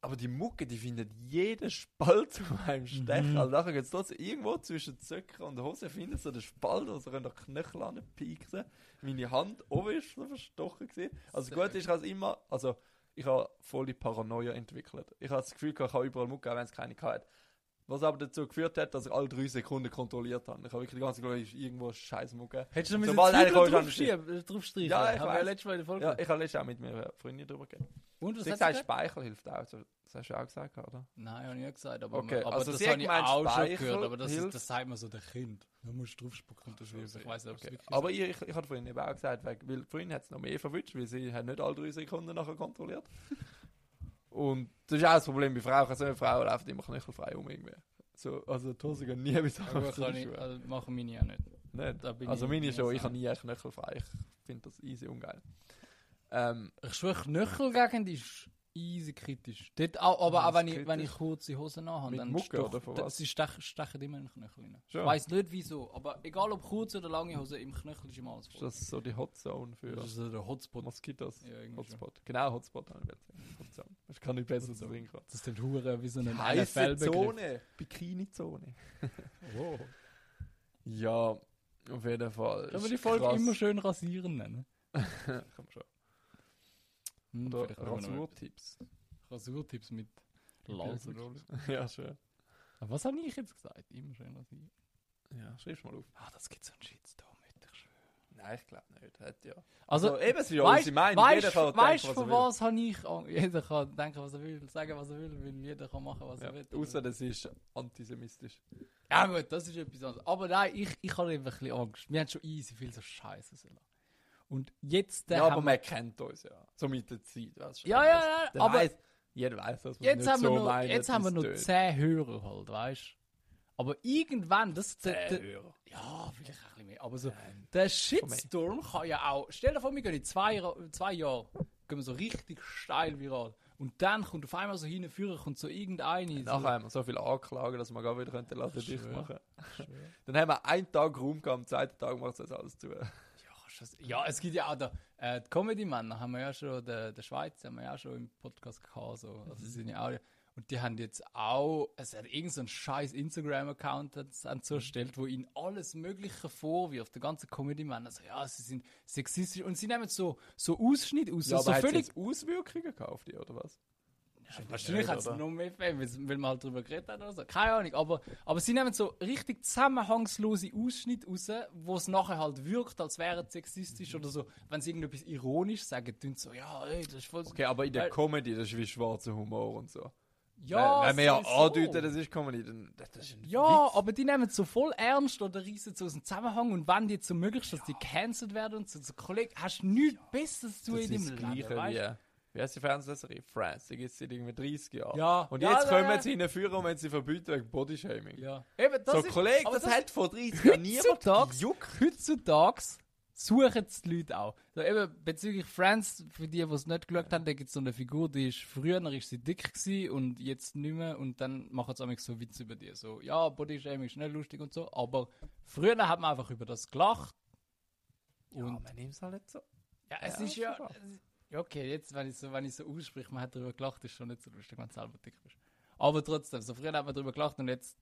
C: aber die Mucke, die findet jeden Spalt zu meinem Stech. Also nachher geht es trotzdem irgendwo zwischen Zöcker und Hose, findet so den Spalt, wo sie an den Knöchel anpieksen. Meine Hand oben ist so verstochen gewesen. Also
B: Sehr
C: gut ist als immer, also ich habe volle Paranoia entwickelt. Ich habe das Gefühl, gehabt, ich habe überall Mucke, auch wenn es keine gehabt hat. Was aber dazu geführt hat, dass ich alle drei Sekunden kontrolliert habe. Ich habe wirklich die ganze Zeit, ist irgendwo scheiß Mucke.
B: Hättest du noch
C: Sobald einer kommt, dann-
B: draufstreichen?
C: Ja, ich
B: Haben wir ja
C: weiß.
B: letztes Mal in der Folge.
C: Ja, ich habe letztens auch mit meiner Freundin darüber geredet.
B: Und was
C: Sie
B: hast
C: hat
B: du
C: gesagt,
B: gesagt?
C: Speichel hilft auch. So- Das hast du auch gesagt, oder?
B: Nein, habe ich nicht gesagt. Aber,
C: Okay,
B: aber
C: also
B: das
C: sie
B: habe
C: hat
B: ich
C: gemeint,
B: auch schon
C: Speichel
B: gehört. Aber das,
C: hilft.
B: ist, das sagt man so der Kind. Du musst draufspucken und das hilft. Ich weiß nicht, ob es
C: Okay.
B: wirklich
C: Aber ich, ich, ich habe vorhin eben auch gesagt, weil, weil vorhin hat es noch mehr verwünscht, weil sie hat nicht alle drei Sekunden nachher kontrolliert. Und das ist auch das Problem bei Frauen. Also eine Frau läuft immer knöchelfrei um irgendwie. So, also die Hose gehen nie bis
B: Aber
C: auf die
B: kann ich,
C: Schuhe.
B: also machen meine ja nicht.
C: Nicht.
B: da bin
C: Also
B: ich-
C: meine
B: bin ich
C: schon, ich
B: so.
C: habe nie knöchelfrei. Ich finde das easy ungeil. Ähm,
B: Ich schwöre, Knöchel gegen die ist easy kritisch. Dort auch, aber auch
C: Easy
B: wenn ich, wenn ich
C: kritisch.
B: kurze Hosen anhabe,
C: Mit
B: dann
C: Mucke
B: stoch-
C: oder von
B: da-
C: was?
B: Sie stechen, stechen immer in den Knöchel rein. Ich
C: Schon?
B: weiss nicht wieso, aber egal ob kurze oder lange Hose, im Knöchel ist immer alles
C: ist
B: voll.
C: das so die Hotzone für
B: Das ist so der Hotspot.
C: Moskitos?
B: Ja, irgendwie schon.
C: Hotspot. Genau, Hotspot habe ich gesagt. Hotzone. Ich kann nicht besser zu reden.
B: Das ist dann Hure wie so ein
C: Heiße
B: NFL-Begriff.
C: Zone. Bikini-Zone.
B: Wow.
C: Ja, auf jeden Fall.
B: Können wir
C: Ist
B: die Folge
C: krass.
B: immer schön rasieren nennen?
C: Können wir schon.
B: Hm,
C: Oder
B: vielleicht können wir noch
C: Rasurtipps.
B: Rasurtipps mit Laser.
C: ja, schön.
B: Ah, Was habe ich jetzt gesagt? Immer schön rasieren.
C: Ja, schreib's mal auf.
B: Ah, das gibt so einen Shitstorm mit. Ich schwöre.
C: Nein, ich glaube nicht. Hat ja.
B: Also,
C: Also, eben, es ist ja
B: Weißt
C: unsere
B: du,
C: Meinung. Jeder kann denken,
B: weißt,
C: was er
B: von
C: will.
B: was habe ich Angst? Jeder kann denken, was er will, sagen, was er will, weil jeder kann machen, was er will.
C: Ja, außer das ist antisemitisch.
B: ja gut, das ist etwas anderes. Aber nein, ich, ich habe einfach ein bisschen Angst. Wir haben schon easy viel so Scheiße sollen. Und jetzt äh,
C: ja, aber
B: haben
C: man kennt uns ja. So mit der Zeit. Weißt du,
B: Ja, ja, ja,
C: Der
B: aber-
C: Weiß, jeder weiß, dass wir
B: jetzt
C: nicht
B: haben wir
C: so
B: noch,
C: meinen.
B: jetzt haben wir
C: wie
B: noch
C: es tönt.
B: 10 Hörer halt, weißt du? Aber irgendwann, das... der- der-
C: Zehn Hörer.
B: Ja, vielleicht auch ein bisschen mehr. Aber
C: Ähm,
B: so, der
C: mir.
B: Shitstorm kann ja auch. Stell dir vor, wir gehen in zwei, Ra- zwei Jahren gehen wir so richtig steil viral. Und dann kommt auf einmal so hinten führen, kommt so irgendeine.
C: Nachher haben wir so viel angeklagen, dass wir gar wieder könnten lassen,
B: Ich
C: dicht
B: schwöre.
C: machen.
B: So, ja,
C: Dann haben wir einen Tag Raum gehabt, am zweiten Tag macht es jetzt alles zu.
B: kannst du das- ja, es gibt ja auch da, äh, die Comedy-Männer, haben wir ja schon, der, der Schweiz haben wir ja schon im Podcast gehabt. So.
C: Mhm.
B: Also, sie sind ja auch, und die haben jetzt auch, es hat irgend so einen scheiß Instagram-Account ans- ans
C: Mhm.
B: zugestellt, wo ihnen alles Mögliche vorwirft, der ganze Comedy-Männer. Also, ja, sie sind sexistisch und sie nehmen so, so Ausschnitte aus, so, so
C: hat's
B: völlig
C: jetzt Auswirkungen gekauft, oder was?
B: Wahrscheinlich
C: nicht,
B: hat es
C: oder?
B: noch mehr Fame, weil weil wir halt drüber geredet haben oder so. Keine Ahnung, aber, aber sie nehmen so richtig zusammenhangslose Ausschnitte raus, wo es nachher halt wirkt, als wäre es sexistisch oder so. Wenn sie irgendetwas ironisch sagen, tun sie so, ja, ey, das ist voll...
C: Okay, aber in der
B: Weil-
C: Comedy, das ist wie schwarzer Humor und so.
B: Ja,
C: wenn, wenn wir ja
B: sowieso.
C: andeuten, das ist Comedy, dann das ist ein
B: Ja,
C: Witz.
B: aber die nehmen es so voll ernst oder reißen es aus dem Zusammenhang und wenn die jetzt so möglichst, dass die cancelled werden und so, so Kollege, hast du nichts Besseres zu tun
C: das
B: in
C: ist
B: deinem
C: das
B: Leben,
C: Gleiche
B: weißt du?
C: wie... äh, Wie heißt die Fernsehserie? France, die gibt es seit irgendwie 30 Jahren.
B: Ja.
C: Und
B: Ja,
C: jetzt
B: ja,
C: kommen
B: ja.
C: sie hinführen und wenn sie verbieten wegen Bodyshaming.
B: Ja. Eben, das
C: So,
B: ist,
C: Kollege,
B: aber
C: das,
B: das
C: hat vor 30 Jahren niemand
B: Heutzutage-
C: gejuckt.
B: heutzutage suchen es die Leute auch. So, eben bezüglich Friends, für die, die es nicht geschaut haben, da gibt es so eine Figur, die ist früher ist sie dick gewesen und jetzt nicht mehr und dann machen sie auch so Witze über die. So, ja, Bodyshaming ist nicht lustig und so, aber früher hat man einfach über das gelacht. Und
C: man nimmt es halt nicht so.
B: ja, es
C: ja,
B: ist ja.
C: super.
B: es- ja, Okay, jetzt, wenn ich so, wenn ich so ausspreche, man hat darüber gelacht, ist schon nicht so lustig, wenn du selber dick bist. Aber trotzdem, so früher hat man darüber gelacht und jetzt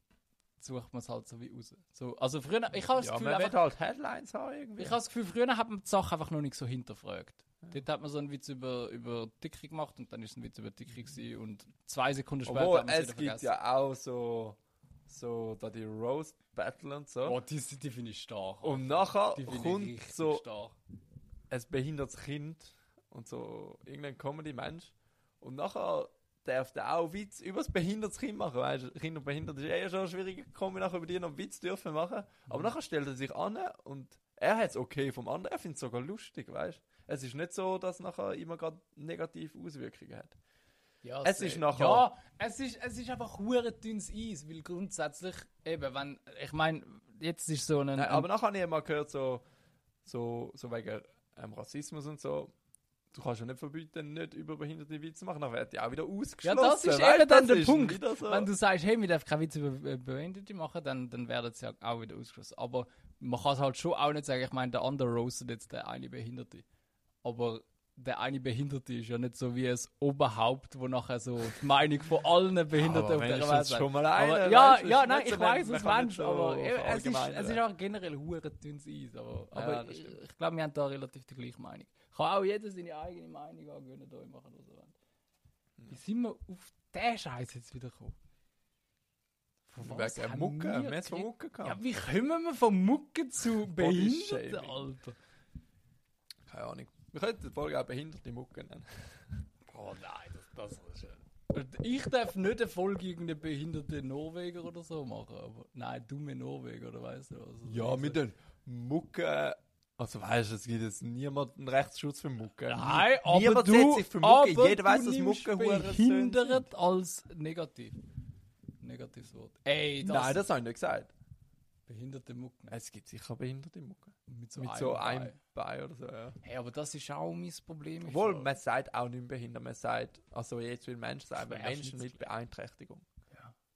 B: sucht man es halt so wie raus. So, also früher, ich habe das
C: Ja,
B: Gefühl,
C: man
B: einfach,
C: will halt Headlines haben irgendwie.
B: ich habe das Gefühl, früher hat man die Sache einfach noch nicht so hinterfragt. Dort hat man so einen Witz über, über Dicke gemacht und dann ist ein Witz über Dicke gewesen und zwei Sekunden später
C: Mhm. Obwohl,
B: hat man
C: es gibt ja auch so, so da die Roast Battle und so.
B: Oh, die, die finde ich stark.
C: Und nachher
B: Oh, die finde ich
C: Oh, kommt
B: richtig
C: so
B: stark.
C: ein behindertes Kind und so irgendein Comedy-Mensch. Und nachher darf der auch Witz über das behindertes Kind machen. Weißt du, Kind und behindert ist eh schon eine schwierige Kombi, nachher über die noch einen Witz dürfen machen. Aber
B: Mhm.
C: nachher stellt er sich an und er hat es okay vom anderen, er findet es sogar lustig, weißt du. Es ist nicht so, dass nachher immer gerade negative Auswirkungen hat.
B: Ja,
C: Es
B: sehr.
C: ist nachher-
B: Ja, es ist, es ist einfach hure dünnes Eis, weil grundsätzlich, eben, wenn, ich meine, jetzt ist so ein...
C: Nein,
B: ein
C: aber nachher habe ich mal gehört, so, so, so wegen ähm, Rassismus und so, du kannst ja nicht verbieten, nicht über behinderte Witze zu machen, dann werden die auch wieder
B: ja,
C: ausgeschlossen.
B: das ist
C: weißt du,
B: eben dann
C: das
B: der
C: ist
B: Punkt.
C: wieder So.
B: Wenn du sagst, hey, wir dürfen keinen Witz über äh, Behinderte machen, dann, dann werden sie ja auch wieder ausgeschlossen. Aber man kann es halt schon auch nicht sagen, ich meine, der andere roastet jetzt der eine Behinderte. Aber der eine Behinderte ist ja nicht so wie ein Oberhaupt, wo nachher so die Meinung von allen Behinderten
C: Aber
B: auf der Welt
C: wenigstens schon mal
B: Aber
C: einer,
B: ja,
C: weißt du,
B: ja,
C: ist
B: nein,
C: nicht
B: ich
C: so,
B: weiß,
C: man
B: es
C: kann
B: Mensch,
C: nicht so äh,
B: aber eben, es, ist,
C: verallgemeinern.
B: es ist auch generell hure dünnes Eis. Aber,
C: Ja,
B: aber
C: das
B: ich,
C: stimmt.
B: ich glaube, wir haben da relativ die gleiche Meinung. Kann auch jeder seine eigene Meinung angehen, da machen oder so.
C: Hm.
B: Wie sind wir auf diesen Scheiß jetzt wieder gekommen? Von was
C: Wegen
B: haben wir
C: Mucke, wir haben es von
B: geredet?
C: Mucke
B: Ja,
C: gehabt.
B: wie kommen wir von Mucke zu Behinderten,
C: Shaming.
B: Alter?
C: Keine Ahnung. Wir könnten die Folge auch behinderte Mucke nennen.
B: Oh nein, das, das ist schön. Und ich darf nicht eine Folge irgendeinen behinderten Norweger oder so machen, aber nein, dumme Norweger oder weißt du also, was.
C: Ja, mit den Mucke... Also weißt du, es gibt jetzt niemanden Rechtsschutz für Mucke.
B: Nein, aber
C: Niemand
B: du,
C: setzt sich für Mucke.
B: aber
C: Jeder
B: du
C: weiß, dass
B: nimmst
C: Mucke hure Söhne sind.
B: behindert als negativ. Negatives Wort. Ey, das,
C: Nein, das habe ich nicht gesagt.
B: behinderte Mucke.
C: Es gibt sicher behinderte Mucke.
B: Mit so
C: Mit so
B: Bein.
C: einem Bein oder so, ja.
B: Hey, aber das ist auch mein Problem. Ich
C: Obwohl,
B: sag-
C: man sagt auch nicht mehr behindert, man sagt, also jetzt will Mensch sein, aber
B: Schwer
C: Menschen mit Beeinträchtigung.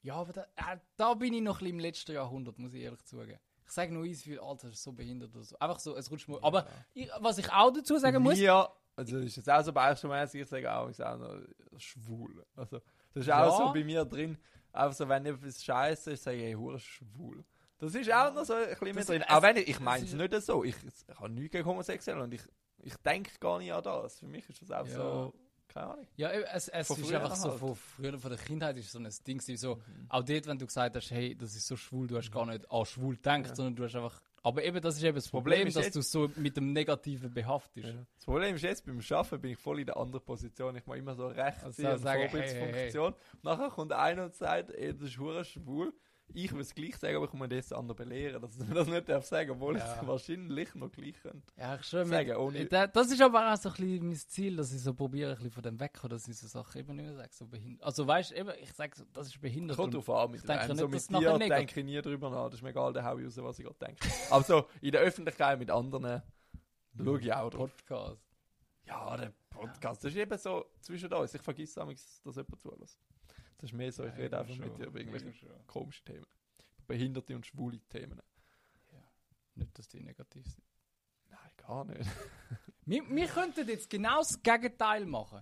B: Ja, aber da, äh, da bin ich noch ein bisschen im letzten Jahrhundert, muss ich ehrlich zugeben. Ich sage nur eins für Alter, das ist so behindert oder so. Einfach so, es rutscht mal. Aber ich, was ich auch dazu sagen muss,
C: Wir, also das ist jetzt auch so beichtmäßig, ich sage auch, ich sage noch schwul. Also, das ist
B: Ja.
C: auch so bei mir drin, einfach so, wenn etwas scheiße ist, sage ich, hey, hure schwul. Das ist auch noch so ein bisschen mit
B: Das-
C: drin.
B: es-
C: Auch wenn ich, ich
B: es
C: meine es
B: ist-
C: nicht so, ich, ich habe nichts gegen Homosexuelle und ich, ich denke gar nicht an das. Für mich ist das auch
B: Ja.
C: so, keine Ahnung.
B: Ja, eben, es, es
C: Von
B: ist
C: früher
B: einfach so,
C: halt. Mhm.
B: von früher, von der Kindheit ist so ein Ding gewesen, so, auch dort, wenn du gesagt hast, hey, das ist so schwul, du hast gar nicht an schwul gedacht, sondern du hast einfach, aber eben, das ist eben das Problem,
C: Problem ist
B: dass
C: jetzt-
B: du so mit dem Negativen behaftest.
C: Das Problem ist jetzt, beim Arbeiten bin ich voll in der anderen Position. Ich mache immer so rechts
B: Also
C: also eine
B: sagen, hey,
C: Vorbildsfunktion. Und Nachher kommt einer und sagt, ey, das ist hure schwul. Ich will es gleich sagen, aber ich muss das anderen belehren, dass man das nicht darf sagen, obwohl
B: Ja.
C: es wahrscheinlich noch gleich könnte.
B: Ja, ich schon
C: Sagen, ohne-
B: Da- Das ist aber auch so ein bisschen mein Ziel, dass ich so probiere, ein bisschen von dem wegkomme, dass ich so Sachen eben nicht mehr sage, so behindert. Also weißt du, eben, ich sage, so, das ist behindert.
C: Kommt
B: und-
C: drauf an, mit
B: ich denke
C: wem.
B: nicht,
C: so
B: dass es
C: mit
B: nachher
C: dir
B: nicht
C: denke ich nie drüber nach, das ist mir egal, dann hau ich raus, was ich gerade denke. aber so, in der Öffentlichkeit mit anderen schaue ich auch drauf.
B: Podcast.
C: Ja, der Podcast. Das ist eben so zwischen uns. Ich vergesse amigs, dass jemand zulässt. Das ist mehr so, ich
B: Ja,
C: rede
B: immer
C: einfach mit
B: schon.
C: dir über irgendwelche
B: Immer schon.
C: komischen Themen. Behinderte und schwule Themen.
B: Nicht, dass die negativ sind.
C: Nein, gar nicht.
B: Wir, wir könnten jetzt genau das Gegenteil machen.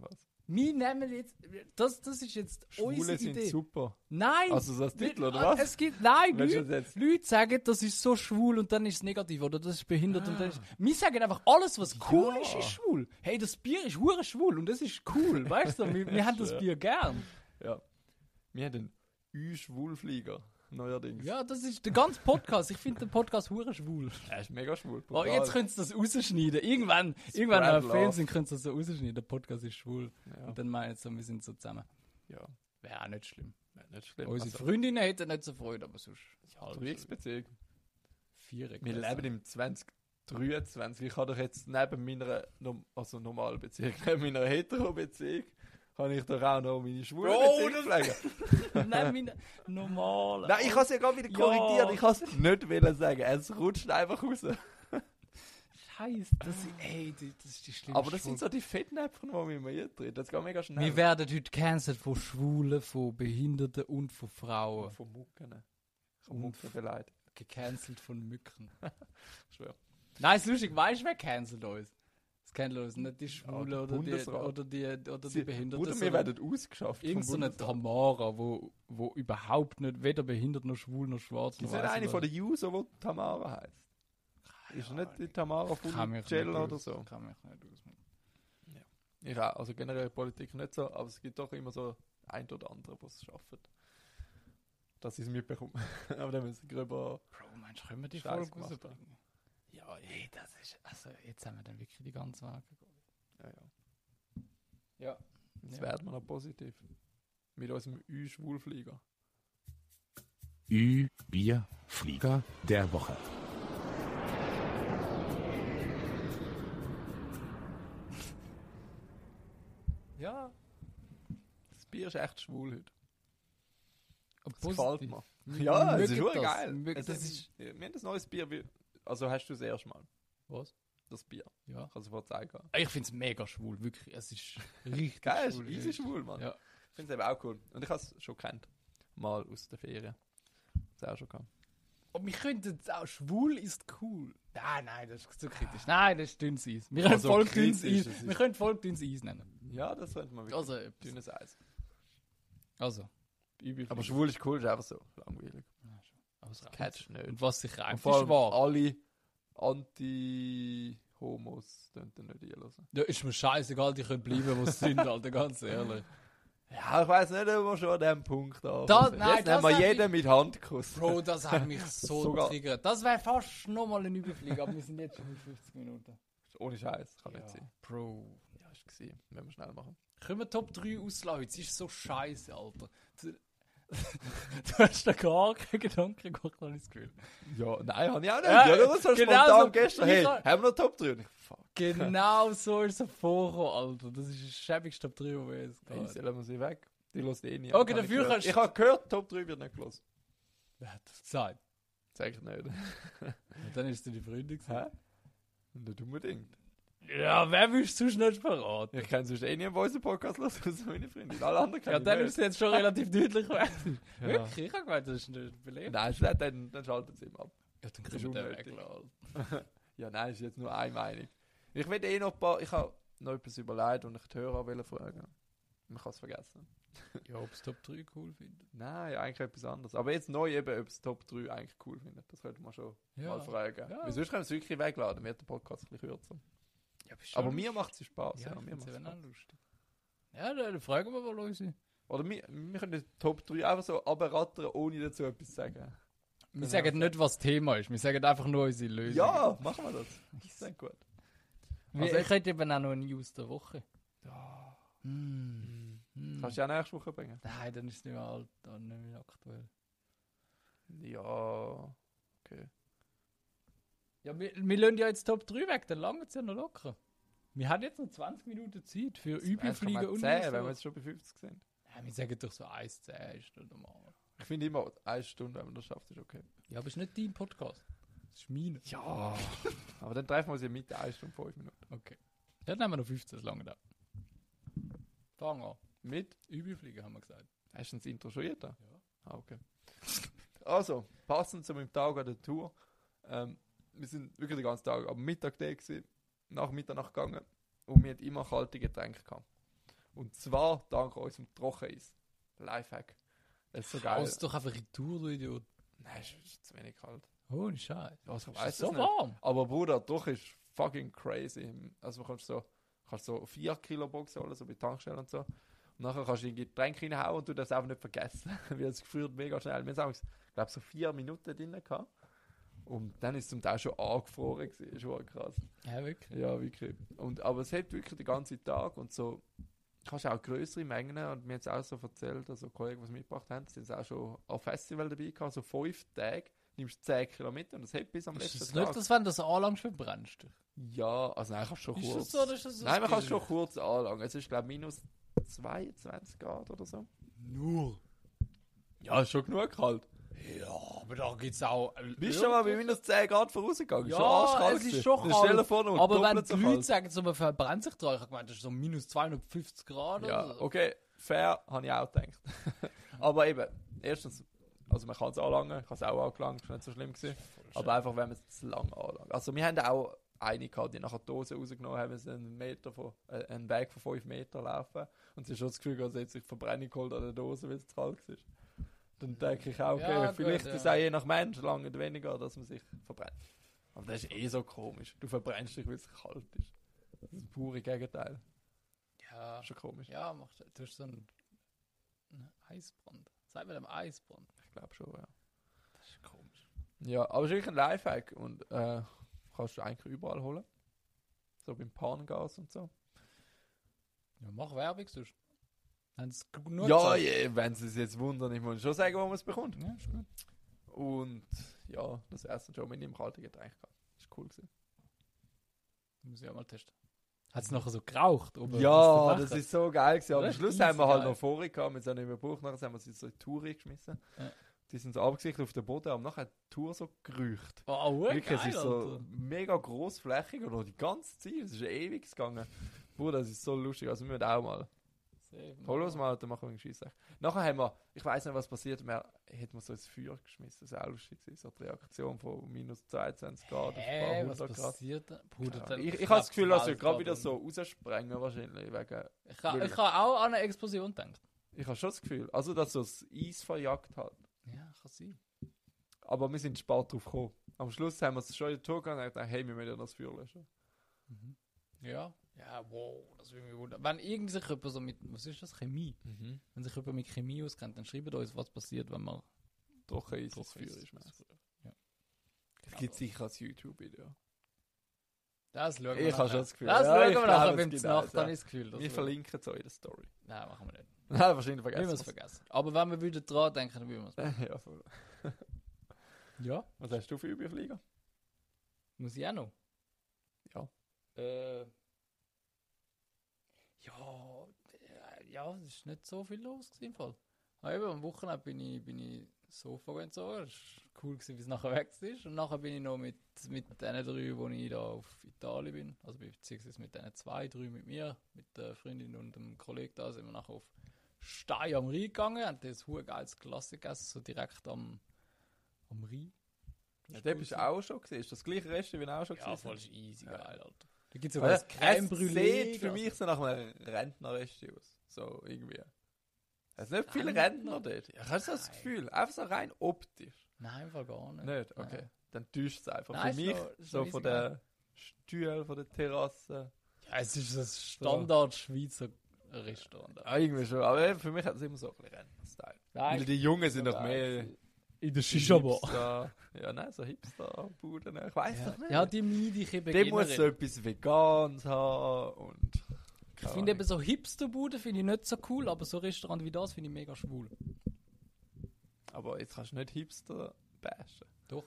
C: Was?
B: Wir nehmen jetzt. Das, das ist jetzt
C: Schwule
B: unsere
C: sind
B: Idee.
C: super.
B: Nein!
C: Also so als
B: wir-
C: Titel, oder
B: ah,
C: was?
B: Es gibt. Nein,
C: Willst du
B: Leute,
C: das jetzt-
B: Leute sagen, das ist so schwul und dann ist es negativ oder das ist behindert und dann ist.
C: Ah.
B: Wir sagen einfach, alles, was cool ist, ist schwul. Hey, das Bier ist hure schwul und das ist cool. Weißt du, wir, wir haben das Bier gern.
C: Wir haben einen Ü-Schwulflieger. Neuerdings.
B: Ja, das ist der ganze Podcast. Ich finde den Podcast hure schwul.
C: Er ist mega schwul.
B: Oh,
C: brutal.
B: jetzt könnt ihr das rausschneiden. Irgendwann, irgendwann wenn wir
C: love.
B: Fans sind, könnt ihr das so rausschneiden. Der Podcast ist schwul.
C: ja.
B: Und dann meinen sie, wir sind so zusammen.
C: ja.
B: Wäre auch nicht schlimm.
C: Nein, nicht schlimm.
B: Unsere
C: Also,
B: Freundinnen hätten nicht so Freude, aber sonst. halt halb so.
C: Dreiecksbeziehung.
B: Vier
C: Wir leben im 2023. Ich habe doch jetzt neben meiner norm- also normalen Beziehung, neben meiner Hetero-Beziehung, kann ich doch auch noch meine schwule
B: Bro,
C: Beziehung pflegen.
B: Nein, meine normalen.
C: Nein, ich habe es ja gerade wieder korrigiert. Ich habe es nicht wollen sagen. Es rutscht einfach raus.
B: Scheiße, das, ist- ey, die- das ist die schlimmste.
C: Aber das sind so die Fettnäpfchen, die wir mir eintreten. Das geht mega schnell.
B: Wir werden heute cancelled von Schwulen, von Behinderten und von
C: Und
B: Frauen.
C: Von Mucken. Von
B: Und
C: Mucken beleidigt.
B: Gecancelt von Mücken.
C: Ich schwöre.
B: Nein, ist lustig, weißt du, wer cancelt uns? Das kennt uns nicht die Schwulen
C: der
B: oder, die,
C: Bundesrat.
B: oder die oder die
C: Sie-
B: Behinderten.
C: Oder wir
B: sondern-
C: werden ausgeschafft.
B: Irgend so eine Tamara, wo, wo überhaupt nicht weder behindert noch schwul noch schwarz
C: Die
B: noch
C: sind
B: weiss
C: eine
B: ich
C: von
B: was.
C: den User, die Tamara heißt. Ist nicht die Tamara
B: Kann mich nicht
C: Funicella oder
B: aus-
C: so?
B: Kann mich nicht ausmachen.
C: Ich auch. Also generell Politik nicht so, aber es gibt doch immer so ein oder andere, die es schaffen. Dass sie es mitbekommen. aber dann müssen sie gröber.
B: Bro, meinst du, können wir die
C: Scheiß
B: Folge
C: gemacht,
B: rausbringen? Ja, ey, das ist. Also, jetzt haben wir dann wirklich die ganze Waage.
C: Ja, ja.
B: Ja.
C: Jetzt
B: Ja.
C: werden wir noch positiv. Mit unserem Ü-Schwulflieger.
A: Ü, Bier, Flieger der Woche.
B: Ja.
C: Das Bier ist echt schwul heute.
B: Und
C: Das gefällt mir.
B: Wir-
C: Ja,
B: wir
C: es ist
B: mögen
C: schon
B: das.
C: geil.
B: Wir-
C: Es
B: das
C: ist, wir haben ein neues Bier. wie- Also hast du das erste Mal,
B: Was?
C: das Bier.
B: Ja.
C: Ich kann es dir zeigen.
B: Ich finde es mega schwul, wirklich. Es ist richtig
C: Geil,
B: schwul.
C: easy schwul, Mann.
B: Ja.
C: Ich finde es eben auch cool. Und ich habe es schon kennt. Mal aus der Ferien. Das auch schon gehabt.
B: Und wir könnten es auch schwul ist cool. Nein, nein, das ist zu kritisch. Nein, das ist dünnes Eis. Wir können
C: Ah. Also
B: voll dünnes
C: kritisch,
B: Eis.
C: es ist-
B: Wir können voll dünnes Eis nennen.
C: Ja, das könnte man wirklich.
B: Also, etwas.
C: dünnes Eis.
B: also.
C: Aber schwul ist cool, ist einfach so langweilig.
B: also
C: Catch nicht.
B: Und was sich
C: Und
B: reimt,
C: vor
B: ist
C: allem
B: wahr.
C: alle Anti-Homos dürfen dann nicht einlassen.
B: Ja, ist mir scheißegal, die können bleiben, wo sie sind, Alter, ganz ehrlich.
C: Ja, ich weiß nicht, ob wir schon an diesem Punkt anfangen.
B: nein,
C: Jetzt
B: das
C: nehmen wir
B: hätte
C: jeden mit Handkuss.
B: Bro, das hat mich so
C: Sogar-
B: getriggert. Das wäre fast nochmal ein Überflieg, aber wir sind jetzt schon bei 50 Minuten.
C: Ohne Scheiß, kann
B: Ja.
C: nicht sein.
B: Bro.
C: Ja, ist gesehen. Müssen wir schnell machen.
B: Können wir Top 3 auslassen? heute? Es ist so scheiße, Alter. Du, du hast da gar keinen Gedanken gemacht, habe ich das Gefühl.
C: Ja, nein, habe ich auch nicht.
B: Ja,
C: Ja, das war
B: genau
C: spontan
B: so.
C: gestern.
B: Ich
C: Hey,
B: sag-
C: haben wir noch Top 3? Und ich, fuck.
B: Genau so ist er vorgekommen, Alter. Das ist der schäbigste Top 3, den wir jetzt
C: Nein,
B: gehabt
C: sie
B: haben.
C: lassen sie weg. Die hört eh nicht.
B: Okay,
C: Hab ich
B: dafür
C: gehört.
B: kannst-
C: Ich habe gehört, Top 3 wird nicht gelesen.
B: Wer hat das gesagt?
C: Sag ich nicht.
B: Und dann ist es die Freundin
C: Hä?
B: gewesen.
C: Nicht unbedingt.
B: Ja, wer willst du sonst nicht verraten?
C: Ich kann sonst eh nie einen Voice-Podcast hören, außer meine Freundin. Alle anderen
B: Ja,
C: kennen
B: dann
C: ich
B: ist es jetzt schon relativ deutlich gewesen.
C: Ja.
B: Wirklich? Ich habe gemeint, das ist nicht belebt.
C: Nein, ist nicht, dann, dann schaltet sie ihm ab.
B: Ja, dann
C: ist
B: kriegen wir den
C: unnötig.
B: weg, Alter.
C: Ja, nein, ist jetzt nur eine Meinung. Ich will eh noch ein paar... Ich habe noch etwas überlegt und ich die Hörer wollte fragen. Man kann es vergessen.
B: Ja, ob es Top 3 cool findet.
C: Nein, eigentlich etwas anderes. Aber jetzt neu eben, ob es Top 3 eigentlich cool findet. Das könnte man schon
B: Ja.
C: mal fragen.
B: Ja.
C: Weil sonst können wir es wirklich wegladen. Wird der Podcast ein bisschen kürzer.
B: Ja, bist
C: Aber mir macht es Spaß.
B: ja,
C: Ja,
B: ja,
C: mir macht's Spaß.
B: auch lustig. Ja, dann fragen wir mal Leute.
C: Oder wir, wir können die Top 3 einfach so abrattern, ohne dazu etwas zu sagen.
B: Wir sagen nicht, was das Thema ist. Wir sagen einfach nur unsere Lösung.
C: Genau. Ja, machen wir das. Das ist dann gut.
B: Wir,
C: Also
B: ich hätte eben auch noch eine News der Woche.
C: Ja. Hm.
B: Mm.
C: Kannst du ja nächste Woche bringen?
B: Nein, dann ist es nicht mehr, alt, dann nicht mehr aktuell.
C: Ja.
B: Ja, wir, wir lassen ja jetzt Top 3 weg, dann langt es ja noch locker. Wir haben jetzt noch 20 Minuten Zeit für Übelfliegen und
C: und 10,
B: so.
C: wenn wir jetzt schon bei 50 sind.
B: Nein, wir sagen doch so 1 10 ist doch normal.
C: Ich finde immer, eine Stunde, wenn man das schafft, ist okay.
B: Ja, aber es ist nicht dein Podcast. Das ist meiner.
C: Ja. Aber dann treffen wir uns ja mit 1 Stunde 5 Minuten.
B: Okay. Dort nehmen wir noch 15, das lange da. Fangen an.
C: Mit?
B: Übelfliegen haben wir gesagt.
C: Hast du das Intro schon da? Ah, okay. Also, passend zu meinem Tag an der Tour. Ähm, wir sind wirklich den ganzen Tag am Mittag da gewesen, nach Mitternacht gegangen und wir hatten immer kalte Getränke gehabt. Und zwar dank unserem Trocheneis. Lifehack. Das ist so geil.
B: Aus doch einfach Retour, du Idiot.
C: Nein, es ist zu wenig kalt.
B: Holy Scheiße.
C: Ja, Also, ich
B: Ist
C: weiss
B: so
C: es nicht.
B: warm.
C: Aber Bruder, doch ist fucking crazy. Also, du kannst so, kannst so 4 Kilo Boxen holen, so bei Tankstellen und so. Und nachher kannst du in Getränk reinhauen und du das einfach nicht vergessen. Weil es gefriert mega schnell. Wir haben es, glaube so 4 Minuten drin gehabt. Und dann ist es zum Teil schon angefroren gewesen. Ist war krass.
B: Ja, wirklich.
C: Ja, wirklich. Und, aber es hält wirklich den ganzen Tag und so kannst auch größere Mengen und mir jetzt auch so erzählt, also Kollegen, die es mitgebracht haben, sind auch schon am Festival dabei gehabt, so fünf Tage, nimmst 10 Kilo mit und das hält bis am
B: Ist
C: letzten
B: das
C: Tag.
B: nicht, dass wenn du das anlangst, verbrennst du? dich?
C: Ja, also nein, kannst schon
B: Ist
C: kurz.
B: das so, oder ist das so
C: nein, man kann es
B: ein-
C: schon kurz anlangen. Es ist glaube minus 22 Grad oder so.
B: Nur.
C: Ja, ist schon genug kalt.
B: Ja, aber da gibt es auch.
C: Bist du schon mal bei minus 10 Grad vorausgegangen? äh, Ist schon
B: Ja,
C: arschkalt
B: es ist
C: gewesen.
B: schon
C: Dann
B: kalt.
C: Stell dir vor, noch
B: aber wenn
C: doppelt
B: die
C: so
B: Leute
C: kalt.
B: sagen, so, man verbrennt sich dran, ich habe gemeint, das ist so minus 250 Grad oder
C: Ja,
B: so.
C: okay, fair, habe ich auch gedacht. Aber eben, erstens, also man kann es anlangen, ich habe es auch angelangt, ist nicht so schlimm gewesen. Aber einfach, wenn man es zu lang anlangt. Also wir haben auch eine gehabt, die nachher die Dose rausgenommen haben, müssen einen, Meter von, äh, einen Weg von 5 Metern laufen. Und sie hat schon das Gefühl, gehabt, sie hat sich Verbrennung geholt an der Dose, weil es zu kalt war. Dann denke ich auch, okay,
B: Ja, gut,
C: vielleicht
B: ja.
C: ist es auch je nach Mensch lange weniger, dass man sich verbrennt. Aber das ist eh so komisch. Du verbrennst dich, weil es kalt ist. Das ist das pure Gegenteil.
B: Ja,
C: Das ist schon komisch.
B: ja mach, du hast so einen, einen Eisbrand. Sag mir dem Eisbrand.
C: Ich glaube schon, ja.
B: Das ist komisch.
C: Ja, aber es ist wirklich ein Lifehack und äh, kannst du eigentlich überall holen. So beim Pangas und so.
B: Ja, mach Werbung sonst. Haben sie es genug
C: ja,
B: gezeigt?
C: je, wenn sie es jetzt wundern, ich muss schon sagen, wo man es bekommt.
B: ja, ist gut.
C: Und ja, das erste schon mit dem kalten Getränk gehabt. Ist cool gewesen.
B: Muss ich auch mal testen. Hat es nachher so geraucht? oben,
C: Ja,
B: was
C: das
B: der
C: ist so geil gewesen. Aber am
B: Das ist
C: Schluss
B: easy
C: haben wir halt
B: geil.
C: noch vorher gehabt mit so einem Überbruch. Nachher haben wir sie so in die Tour geschmissen.
B: Ja.
C: Die sind so abgesichert auf den Boden, aber nachher hat die Tour so gerücht.
B: macht. Oh, oh,
C: Wirklich,
B: geil,
C: es ist so
B: Alter.
C: mega großflächig und auch die ganze Zeit, es ist ewig gegangen. Bruder, das ist so lustig, also wir müssen auch mal.
B: Sehr
C: Hol uns
B: nice.
C: mal, dann machen wir einen Scheissreich. Nachher haben wir, ich weiß nicht, was passiert, wir hätten wir so ins Feuer geschmissen, das war auch lustig, gewesen, so die Reaktion von minus 22 Grad auf
B: Hä,
C: ein
B: Äh, was
C: paar hundert Grad.
B: passiert da? Bruder,
C: Ja,
B: dann
C: ich ich habe
B: klappt's
C: das Gefühl, dass
B: alles
C: wir gerade
B: grad
C: wieder
B: um.
C: so raussprengen wahrscheinlich, wegen,
B: Ich habe
C: Wirklich.
B: ich hab auch an eine Explosion gedacht.
C: ich habe schon das Gefühl, also dass so das Eis verjagt hat.
B: Ja, kann sein.
C: Aber wir sind spät drauf gekommen. Am Schluss haben wir es schon in die Tour gegangen und gedacht, hey, wir müssen ja das Feuer löschen.
B: Ja. Ja, wow, das würde mich wundern. Wenn irgend sich jemand so mit, was ist das, Chemie?
C: Mhm.
B: Wenn sich jemand mit Chemie auskennt, dann schreibt uns, was passiert, wenn man...
C: Doch, Eis ins
B: Doch,
C: Feuer
B: Eis
C: ist
B: ins
C: meistens.
B: Das
C: Gibt sicher als YouTube-Video.
B: Also, Das schauen wir
C: Ich
B: nachher.
C: hab schon das Gefühl.
B: Das
C: Ja,
B: schauen
C: ich
B: wir
C: glaub,
B: nachher,
C: es
B: wenn
C: gibt
B: es Nacht
C: eins,
B: dann
C: ja.
B: ist kühl. das
C: Wir
B: schauen
C: verlinken es auch in der Story.
B: Nein, machen wir nicht.
C: Nein, wahrscheinlich
B: Wir müssen es
C: vergessen
B: vergessen. Aber wenn wir wieder dran denken, dann würden wir
C: wir es. ja, voll.
B: es. Ja.
C: Was hast du für Überflieger?
B: Muss ich auch noch?
C: Ja.
B: Äh. Ja, äh, ja, es ist nicht so viel los gewesen im Fall. Aber eben, am Wochenende bin ich, bin ich Sofa entzogen. Es war cool, gewesen, wie es nachher weg war. Und nachher bin ich noch mit, mit den drei, wo ich da auf Italien bin. Also beziehungsweise mit den zwei, drei mit mir, mit der Freundin und dem Kollegen da sind wir nachher auf Stein am Rhein gegangen. Und das hure geiles Klassik gegessen, so direkt am, am Rhein.
C: Ja,
B: Das war
C: der
B: cool
C: bist du auch schon gesehen. Ist das gleiche Rest, wie auch schon
B: ja,
C: gewesen
B: voll
C: sind?
B: ist easy
C: Ja.
B: geil, Alter. Da gibt es sogar das Crème
C: es
B: Brûlée.
C: sieht für mich so nach einem Rentnerrest aus. So irgendwie. Es sind nicht viele Rentner
B: Rentner?
C: dort. Ich habe so das
B: Nein.
C: Gefühl. Einfach so rein optisch.
B: Nein, einfach gar nicht.
C: Nicht? Okay.
B: Nein.
C: Dann täuscht es einfach.
B: Nein,
C: für
B: ist
C: mich,
B: noch- ist
C: so
B: noch
C: von
B: easy
C: der Stühle, von der Terrasse.
B: Ja, es ist ein Standard-Schweizer Restaurant.
C: Ah, irgendwie schon. Aber eben für mich hat es immer so ein bisschen Rentner-Style. Weil die Jungen sind noch mehr.
B: in der Shisha-Bar.
C: Hipster. Ja, nein, so Hipster-Buden. Ich weiß doch nicht.
B: Ja, die meide ich eben
C: der muss so
B: generell.
C: etwas Veganes haben und.
B: Ich finde eben so Hipster-Buden finde ich nicht so cool, aber so Restaurant wie das finde ich mega schwul.
C: Aber jetzt kannst du nicht Hipster bashen.
B: Doch.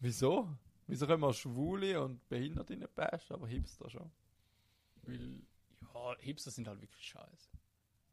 C: Wieso? Wieso können wir Schwule und Behinderte nicht bashen, aber Hipster schon?
B: Weil, ja, Hipster sind halt wirklich scheiße.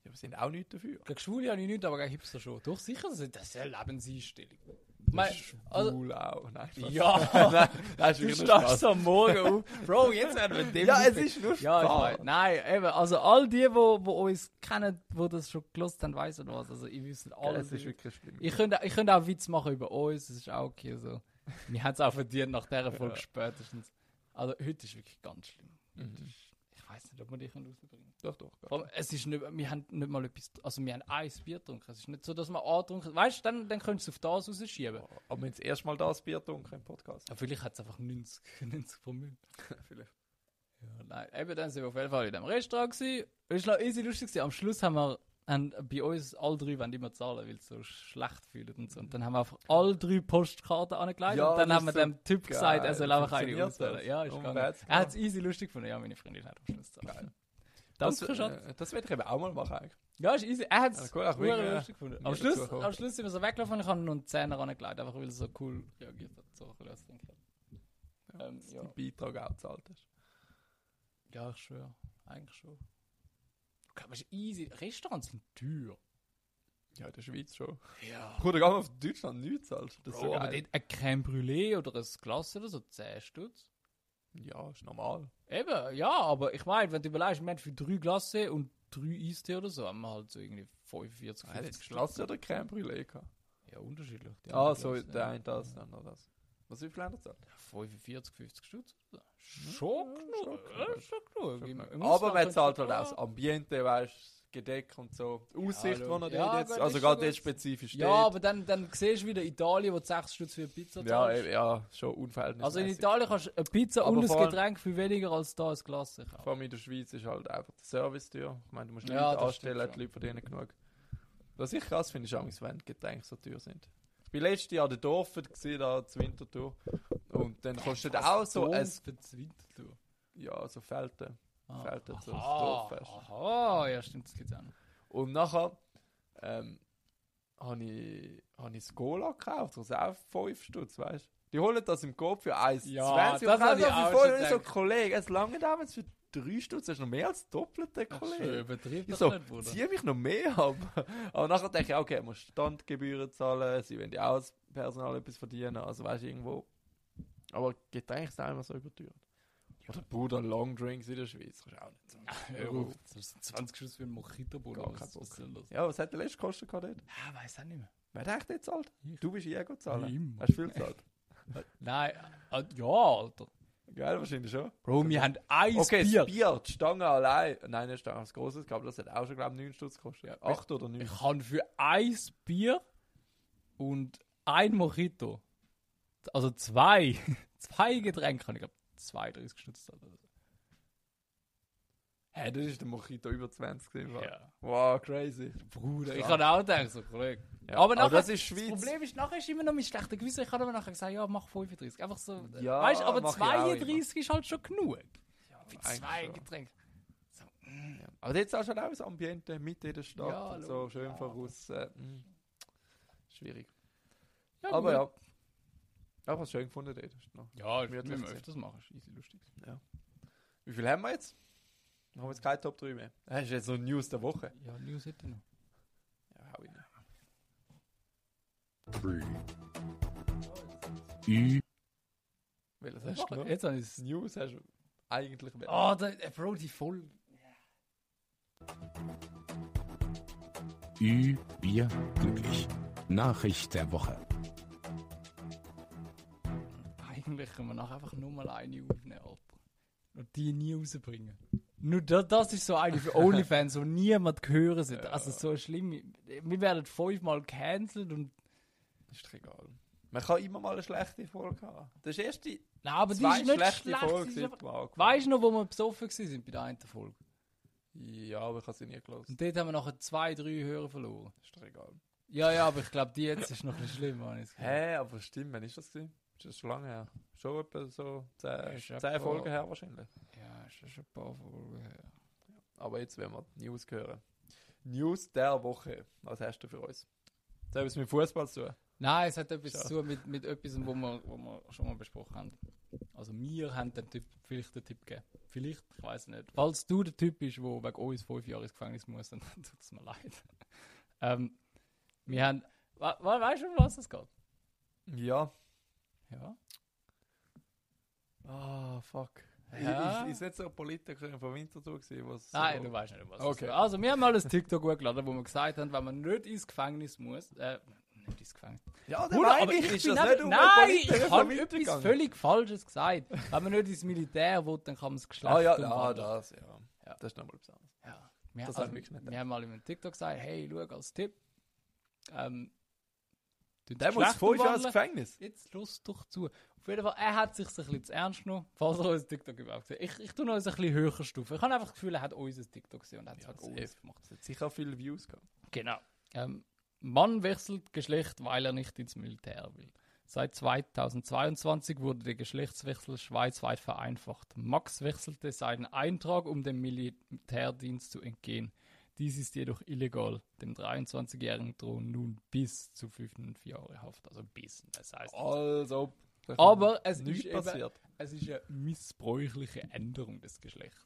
C: Ja, wir sind auch nicht dafür.
B: Gegen Schwule habe ich nichts, aber gegen Hipster schon. Doch, sicher, das ist das ist eine Lebenseinstellung.
C: Äh,
B: Mein, also,
C: Cool auch. Nein, Spaß.
B: ja,
C: das
B: du
C: ist wieder Spaß.
B: stehst am Morgen auf. Bro, jetzt werden wir dem.
C: Ja, es ist nur
B: Ja, ich
C: Spaß.
B: weiß. Nein, eben, also all die, die uns kennen, die das schon gelesen haben, weissen was. Also ich wüsste alles.
C: es ist wirklich schlimm.
B: Ich könnte, ich könnte auch Witz machen über uns, das ist auch okay so. Wir haben es auch verdient nach dieser Folge spätestens. Also heute ist wirklich ganz schlimm. Heute
C: Mhm.
B: ist- Ich weiß nicht, ob wir dich rausbringen
C: doch, doch.
B: können. Es ist nicht, wir haben nicht mal etwas, also wir haben ein Bier getrunken. Es ist nicht so, dass wir angetrunken Weißt du, dann, dann könntest du es auf das rausschieben.
C: Aber wir haben das erste Mal das Bier getrunken im Podcast.
B: Aber vielleicht hat es einfach 90, 90 Promille.
C: Vielleicht.
B: Ja, nein, eben dann sind wir auf jeden Fall in dem Restaurant gewesen. Es war noch easy lustig. Gewesen. Am Schluss haben wir haben bei uns alle drei wollen immer zahlen, weil sie so schlecht fühlen und so. Und dann haben wir einfach alle drei Postkarten angelegt
C: Ja,
B: und dann
C: das
B: haben wir
C: ist so
B: dem Typ gesagt, er soll
C: geil.
B: einfach eine
C: Funktioniert das? Um
B: auswählen. Ja, ist
C: Und
B: gegangen.
C: wer hat's
B: Er hat es easy lustig gefunden. Ja, meine Freundin hat am Schluss gezahlt.
C: Das,
B: Danke, Schatz.
C: äh, das werde ich eben auch mal machen. Eigentlich.
B: Ja, ist easy. Er hat
C: Ja,
B: es
C: cool, auch wegen, äh,
B: lustig gefunden.
C: mir
B: Am Schluss,
C: dazugekommen.
B: am Schluss sind wir so weggelaufen und ich habe noch einen Zehner angelegt, einfach weil er so cool reagiert hat. So ein bisschen als Trinkgeld. Ähm,
C: dass
B: ja.
C: du den Beitrag auch gezahlt hast.
B: Ja, ich schwöre. Eigentlich schon. Okay, aber es ist easy. Restaurants sind teuer.
C: Ja, in der Schweiz schon.
B: Ja.
C: Bruder, geh mal auf Deutschland nichts zahlst. Das ist so
B: Bro, aber
C: geil.
B: dort ein Crème Brûlée oder ein Glas oder so, 10 Stutz.
C: Ja, ist normal.
B: Eben, ja, aber ich meine, wenn du überlegst, wir haben für drei Glasse und drei Eistee oder so, haben wir halt so irgendwie 45, 50
C: Hat jetzt
B: Stutz.
C: Glas oder Creme Brûlée gehabt?
B: Ja, unterschiedlich. Die
C: Ah,
B: haben
C: so,
B: Glasse,
C: der
B: ja.
C: eine das, der andere das. Was wie viel haben wir gezahlt?
B: 45, 50 Stutz. Schon
C: Ja,
B: genug.
C: schon
B: Ja, schon genug. Im- im
C: Aber
B: Ausland
C: man
B: kannst
C: zahlt
B: du-
C: halt auch das Ambiente, weißt du, Gedeck und so. Die Aussicht,
B: Ja,
C: wo er
B: ja,
C: ja, jetzt,
B: gut,
C: also
B: ist schon
C: gerade jetzt
B: gut.
C: spezifisch
B: Ja, aber dann, dann siehst du wieder Italien, wo du 6 Stutz für eine Pizza
C: steht.
B: zahlst.
C: Ja, eben, ja, schon unverhältnismäßig.
B: Also in Italien kannst du eine Pizza
C: Aber
B: und
C: vor
B: ein
C: allem-
B: Getränk für weniger als da ein Glas
C: Vor
B: kaufen.
C: allem in der Schweiz ist halt einfach die Servicetür. Ich meine, du musst
B: Ja,
C: Leute
B: das
C: anstellen,
B: stimmt
C: die Leute verdienen genug. Was ich krass finde, ist auch, wenn die Getränke so teuer sind. Ich war letztes Jahr in der Dorfen, gewesen, da zu Winterthur. Und dann kostet auch so ein,
B: Winterthur.
C: ja, so Felten.
B: Ah.
C: Felten, so ein
B: Aha,
C: Dorffest.
B: aha, ja stimmt, das gibt's auch noch.
C: Und nachher ähm, habe ich, hab ich das Cola gekauft, das auch 5 Stutz, weißt du? Die holen das im Kopf für 1,20
B: Ja,
C: und
B: das hab
C: kaufen
B: ich
C: das
B: auch
C: für voll.
B: schon
C: Und ich so,
B: gedacht.
C: Kollege, es lange damals für 3 Stutz, das ist noch mehr als doppelte,
B: Schön,
C: Kollege.
B: übertrieben
C: Ich
B: doch
C: so,
B: nicht, Bruder.
C: zieh mich noch mehr ab. Aber nachher denke ich, okay, muss Standgebühren zahlen, sie wollen ja auch das Personal etwas verdienen, also weißt du, irgendwo. Aber Getränke sind immer so überteuert. Oder Bruder, Longdrinks in der Schweiz, kannst du auch nicht sagen.
B: Hör auf, das sind 20 Schuss für einen Mojito, Bruder.
C: Gar
B: Was,
C: kein Bock.
B: was soll das?
C: Ja, was hat der letzte gekostet gerade?
B: Ah, weiß auch nicht mehr.
C: Wer hat echt nicht zahlt?
B: Ich.
C: Du bist Jäger zahlen.
B: Wie immer.
C: Hast du viel gezahlt?
B: Nein, ah, ja, Alter.
C: Geil, wahrscheinlich schon.
B: Bro, wir haben ein
C: Okay,
B: Bier.
C: das Bier, die Stange allein. Nein, nicht Stange, das großes aber das hat auch schon, glaube ich, 9 Stutz gekostet.
B: Ja.
C: 8 oder 9.
B: Ich habe für ein Bier und ein Mojito, also zwei, zwei Getränke, habe ich glaube 32 Stutz oder so.
C: Hä, das ist der Mojito über 20 gewesen. wa?
B: Ja.
C: Wow, crazy.
B: Bruder, ich
C: krass.
B: habe auch gedacht, so, Kollege.
C: Ja,
B: Aber nachher-
C: das ist Schweiz.
B: Das Problem ist, nachher ist immer noch mein schlechter Gewissen. Ich habe aber nachher gesagt, ja, mach 35. Einfach so. äh,
C: Ja,
B: weißt du, aber
C: mach ich auch
B: 32 ist halt schon genug. Für
C: eigentlich
B: zwei
C: schon.
B: Getränke.
C: Ja. Aber jetzt hast du halt auch das Ambiente mit in der Stadt
B: Ja,
C: und so,
B: logisch,
C: schön
B: ja.
C: von außen. Hm. Schwierig.
B: Ja,
C: aber
B: gut.
C: ja. Ich habe es schön gefunden dort. Das ist noch-
B: Ja,
C: Wird
B: das müssen wir
C: lustig.
B: öfters machen. Ist easy lustig.
C: Wie viel haben wir jetzt? Wir haben jetzt keine Top 3 mehr. Das ist jetzt so News der Woche.
B: Ja, News hätte ich noch.
C: Ja, hau rein.
A: Ü. Ü.
C: Welches hast du noch?
B: Jetzt habe ich es.
C: News hast du eigentlich mehr.
B: Oh, da, äh, Bro, die voll.
A: Ü. Bier. Glücklich. Nachricht der Woche.
B: Eigentlich können wir nachher einfach nur mal eine aufnehmen, Alter. Und die nie rausbringen. Nur das, das ist so eine für Onlyfans, wo niemand hören sollte. Also so schlimm. Wir werden fünfmal gecancelt und.
C: Ist doch egal. Man kann immer mal eine schlechte Folge haben. Das erste,
B: Nein, aber die
C: zwei
B: ist nicht
C: schlechte
B: schlecht.
C: Folgen
B: sie ist
C: sind
B: einfach-
C: mal angefangen.
B: Weißt du noch, wo wir besoffen waren bei der einen Folge?
C: Ja, aber ich habe sie nie gelesen.
B: Und dort haben wir nachher zwei, drei Hörer verloren.
C: Ist doch egal.
B: Ja, ja, aber ich glaube, die jetzt ist noch ein bisschen schlimmer. habe ich das
C: Hä,
B: Gefühl.
C: aber stimmt, wann ist das gewesen? Ist das schon lange her? Schon etwa so zehn,
B: Ist etwa-
C: zehn Folgen her wahrscheinlich.
B: Ja, ist ja schon ein paar Folgen her.
C: Aber jetzt werden wir die News hören. News der Woche. Was hast du für uns? Das hat etwas mit Fußball zu tun.
B: Nein, es hat etwas
C: Schade.
B: zu tun mit, mit etwas, wo wir, wo wir schon mal besprochen haben. Also wir haben dem Typ vielleicht den Tipp gegeben. Vielleicht, ich weiß nicht. Falls du der Typ bist, der wegen uns fünf Jahre ins Gefängnis muss, dann tut es mir leid. ähm, wir haben... We we weißt du, um was es geht?
C: Ja.
B: Ja.
C: Ah, fuck.
B: Ja.
C: Ist, ist jetzt eine Politikerin von Winterthur gewesen, was...
B: Nein, du weißt nicht, um was es
C: Okay.
B: geht. Also, wir haben mal ein TikTok hochgeladen, wo wir gesagt haben, wenn man nicht ins Gefängnis muss, äh, nicht ins Gefängnis.
C: Ja, der
B: Bruder,
C: Bruder,
B: aber ich
C: ist
B: bin
C: das
B: eben-
C: nicht um eine
B: Nein,
C: Politikerin
B: ich
C: von
B: habe etwas
C: Winterthur gegangen.
B: völlig Falsches gesagt. Wenn man nicht ins Militär will, dann kann man das Geschlecht
C: Ah ja, ja,
B: umwandeln.
C: das, ja.
B: Ja.
C: Das ist nochmal was anderes.
B: Ja. Wir,
C: Das
B: also,
C: hab ich wirklich nicht
B: wir haben mal in einem TikTok gesagt, hey, schau als Tipp. Ähm, tun
C: Der
B: das
C: muss
B: Geschlecht
C: voll schon ins
B: umwandeln.
C: Gefängnis.
B: Jetzt los doch zu. Auf jeden Fall, er hat sich ein bisschen zu ernst genommen, falls er unser TikTok überhaupt gesehen hat. Ich, ich tue noch ein bisschen höher Stufe. Ich habe einfach das Gefühl, er hat unser TikTok gesehen und hat es halt
C: safe.
B: uns gemacht.
C: Das hat sicher viele Views gehabt.
B: Genau. Ähm, Mann wechselt Geschlecht, weil er nicht ins Militär will. Seit 2022 wurde der Geschlechtswechsel schweizweit vereinfacht. Max wechselte seinen Eintrag, um dem Militärdienst zu entgehen. Dies ist jedoch illegal. Dem 23-Jährigen drohen nun bis zu 5,5 Jahre Haft. Also bis, das heißt.
C: Also, da kann
B: Aber es ist,
C: nichts
B: eben,
C: passiert.
B: Ah, es ist eine missbräuchliche Änderung des Geschlechts.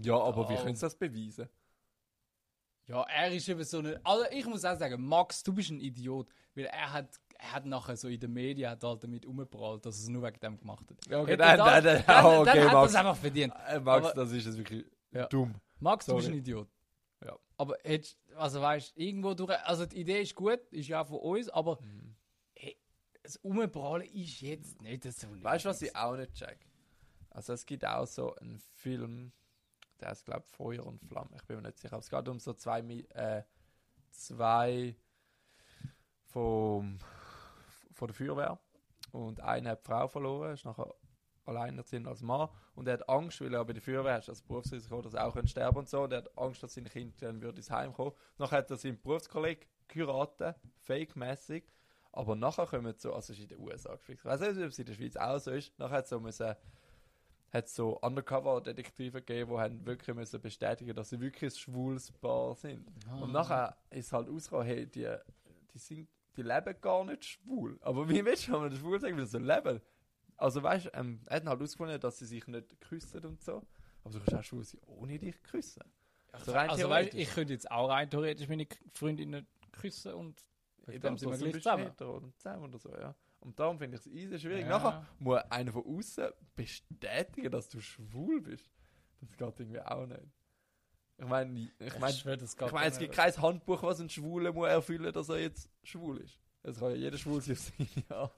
C: Ja, aber wie
B: Oh.
C: können sie das beweisen?
B: Ja, er ist eben so eine. Also ich muss auch sagen, Max, du bist ein Idiot, weil er hat, er hat nachher so in den Medien hat halt damit umgeprallt, dass er es nur wegen dem gemacht hat.
C: Ja, okay,
B: Hätte
C: nein,
B: das-
C: nein, nein,
B: dann,
C: ja,
B: dann
C: okay,
B: hat
C: Max.
B: das einfach verdient.
C: Äh, Max,
B: Aber-
C: das ist jetzt wirklich
B: Ja.
C: dumm.
B: Max, du
C: Sorry.
B: bist ein Idiot.
C: Ja.
B: Aber hättest, also weißt, irgendwo durch, also die Idee ist gut, ist ja auch von uns, aber
C: Mhm.
B: hey, das Umprallen ist jetzt nicht so.
C: Weißt du, was
B: ich?
C: ich auch nicht check? Also es gibt auch so einen Film, der heißt, glaube ich, Feuer und Flamme. Ich bin mir nicht sicher. Aber es geht um so zwei, Mi- äh, zwei vom, von der Feuerwehr. Und einer hat die Frau verloren, ist nachher alleinerziehend als Mann. Und er hat Angst, weil er bei der Feuerwehr ist, als Berufsrisiko, dass er auch könnte sterben und so. Und er hat Angst, dass sein Kind dann würde ins Heim kommen. Nachher hat er seinen Berufskollegen geheiratet, fake-mässig. Aber nachher kommen so, also es ist in den USA gefixt. Ich weiß nicht, ob es in der Schweiz auch so ist. Nachher hat es so, müssen, hat so Undercover-Detektive gegeben, die haben wirklich müssen bestätigen, dass sie wirklich ein schwules Paar sind.
B: Ah.
C: Und nachher ist halt rausgekommen, hey, die, die, sind, die leben gar nicht schwul. Aber wie willst du, wenn man das schwul sagen, will so leben? Also weißt du, ähm, er hat halt herausgefunden, dass sie sich nicht küssen und so. Aber du kannst auch schwul sein, ohne dich küssen. So rein
B: Also weißt,
C: theoretisch.
B: ich könnte jetzt auch rein theoretisch meine K- Freundinnen küssen und
C: Ich
B: dem sind
C: glaube, so
B: wir
C: sind
B: gleich
C: wir
B: zusammen.
C: zusammen. Oder zusammen oder so, ja. Und darum finde ich es easy schwierig.
B: Ja.
C: Nachher muss einer von außen bestätigen, dass du schwul bist. Das geht irgendwie auch nicht. Ich meine, ich meine,
B: schwöre, das geht
C: ich meine, es
B: nicht.
C: gibt kein Handbuch, was ein Schwuler muss erfüllen, dass er jetzt schwul ist. Es kann ja jeder schwul sein auf seine Art.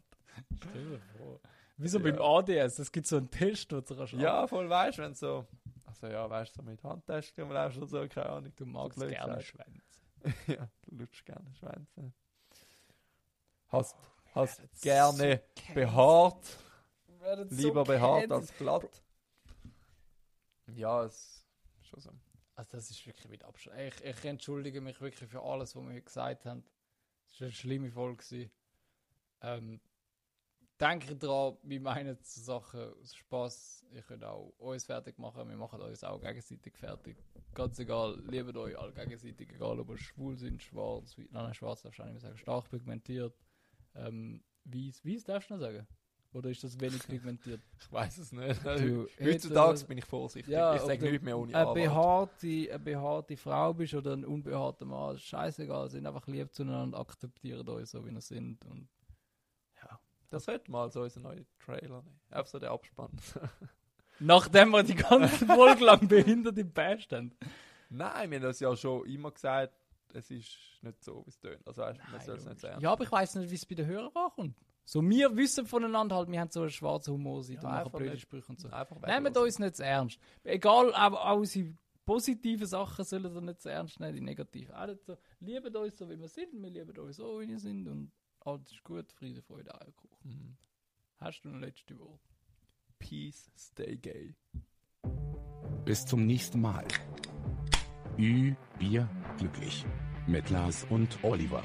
B: Stell dir vor. Wieso
C: Ja.
B: beim ADS? Es gibt so einen Test, wo du kannst
C: Ja, voll weißt, wenn so. Also ja, weißt du, so mit Handtaschen rumlaufst oder so, keine Ahnung.
B: Du magst
C: blöd
B: gerne
C: gesagt.
B: Schwänze.
C: ja, du lutschst gerne Schwänze. Hast, hast gerne behaart. Lieber behaart als glatt. Ja, es ist schon so.
B: Also das ist wirklich mit Abstand. Ich, ich entschuldige mich wirklich für alles, was wir heute gesagt haben. Es war eine schlimme Folge. gewesen. Ähm, denke dran, wir meinen so Sachen aus Spass. Ihr könnt auch uns fertig machen. Wir machen uns auch gegenseitig fertig. Ganz egal, liebt euch alle gegenseitig. Egal, ob ihr schwul sind, schwarz, wie, nein, nein, schwarz darfst du auch nicht mehr sagen. Stark pigmentiert. Ähm, weiß, weiß darfst du noch sagen? Oder ist das wenig pigmentiert?
C: Ich weiß es nicht.
B: Du
C: Heutzutage
B: hetero-
C: bin ich vorsichtig.
B: Ja,
C: ich
B: ob
C: sage
B: du
C: nichts mehr ohne
B: eine
C: Anwalt.
B: behaarte, eine behaarte Frau bist oder ein unbehaarter Mann, scheißegal, sind einfach lieb zueinander, akzeptieren euch so, wie ihr sind. Und
C: Das sollte mal so unser neuer Trailer nehmen. Einfach so der Abspann.
B: Nachdem wir die ganze Folge lang behindert im Best haben.
C: Nein, wir haben das ja schon immer gesagt, es ist nicht so, wie es tönt. Also weißt, man
B: Nein,
C: soll es nicht
B: logisch.
C: sagen.
B: Ja, aber ich weiß nicht, wie es bei den Hörern ankommt. So, wir wissen voneinander halt, wir haben so einen schwarzen Humor, sind
C: Ja,
B: und machen
C: einfach
B: blöde
C: nicht.
B: Sprüche und so.
C: Einfach weg.
B: Nehmt uns nicht zu ernst. Egal, auch, auch unsere positiven Sachen sollen ihr nicht zu ernst nehmen, die negativen. Auch nicht so. Liebt uns so, wie wir sind, wir lieben uns so, wie wir sind und alles ist gut, Friede, Freude, Eierkuchen.
C: Mhm.
B: Hast du noch letzte Wort?
C: Peace, stay gay.
A: Bis zum nächsten Mal. Ü, Bier, glücklich. Mit Lars und Oliver.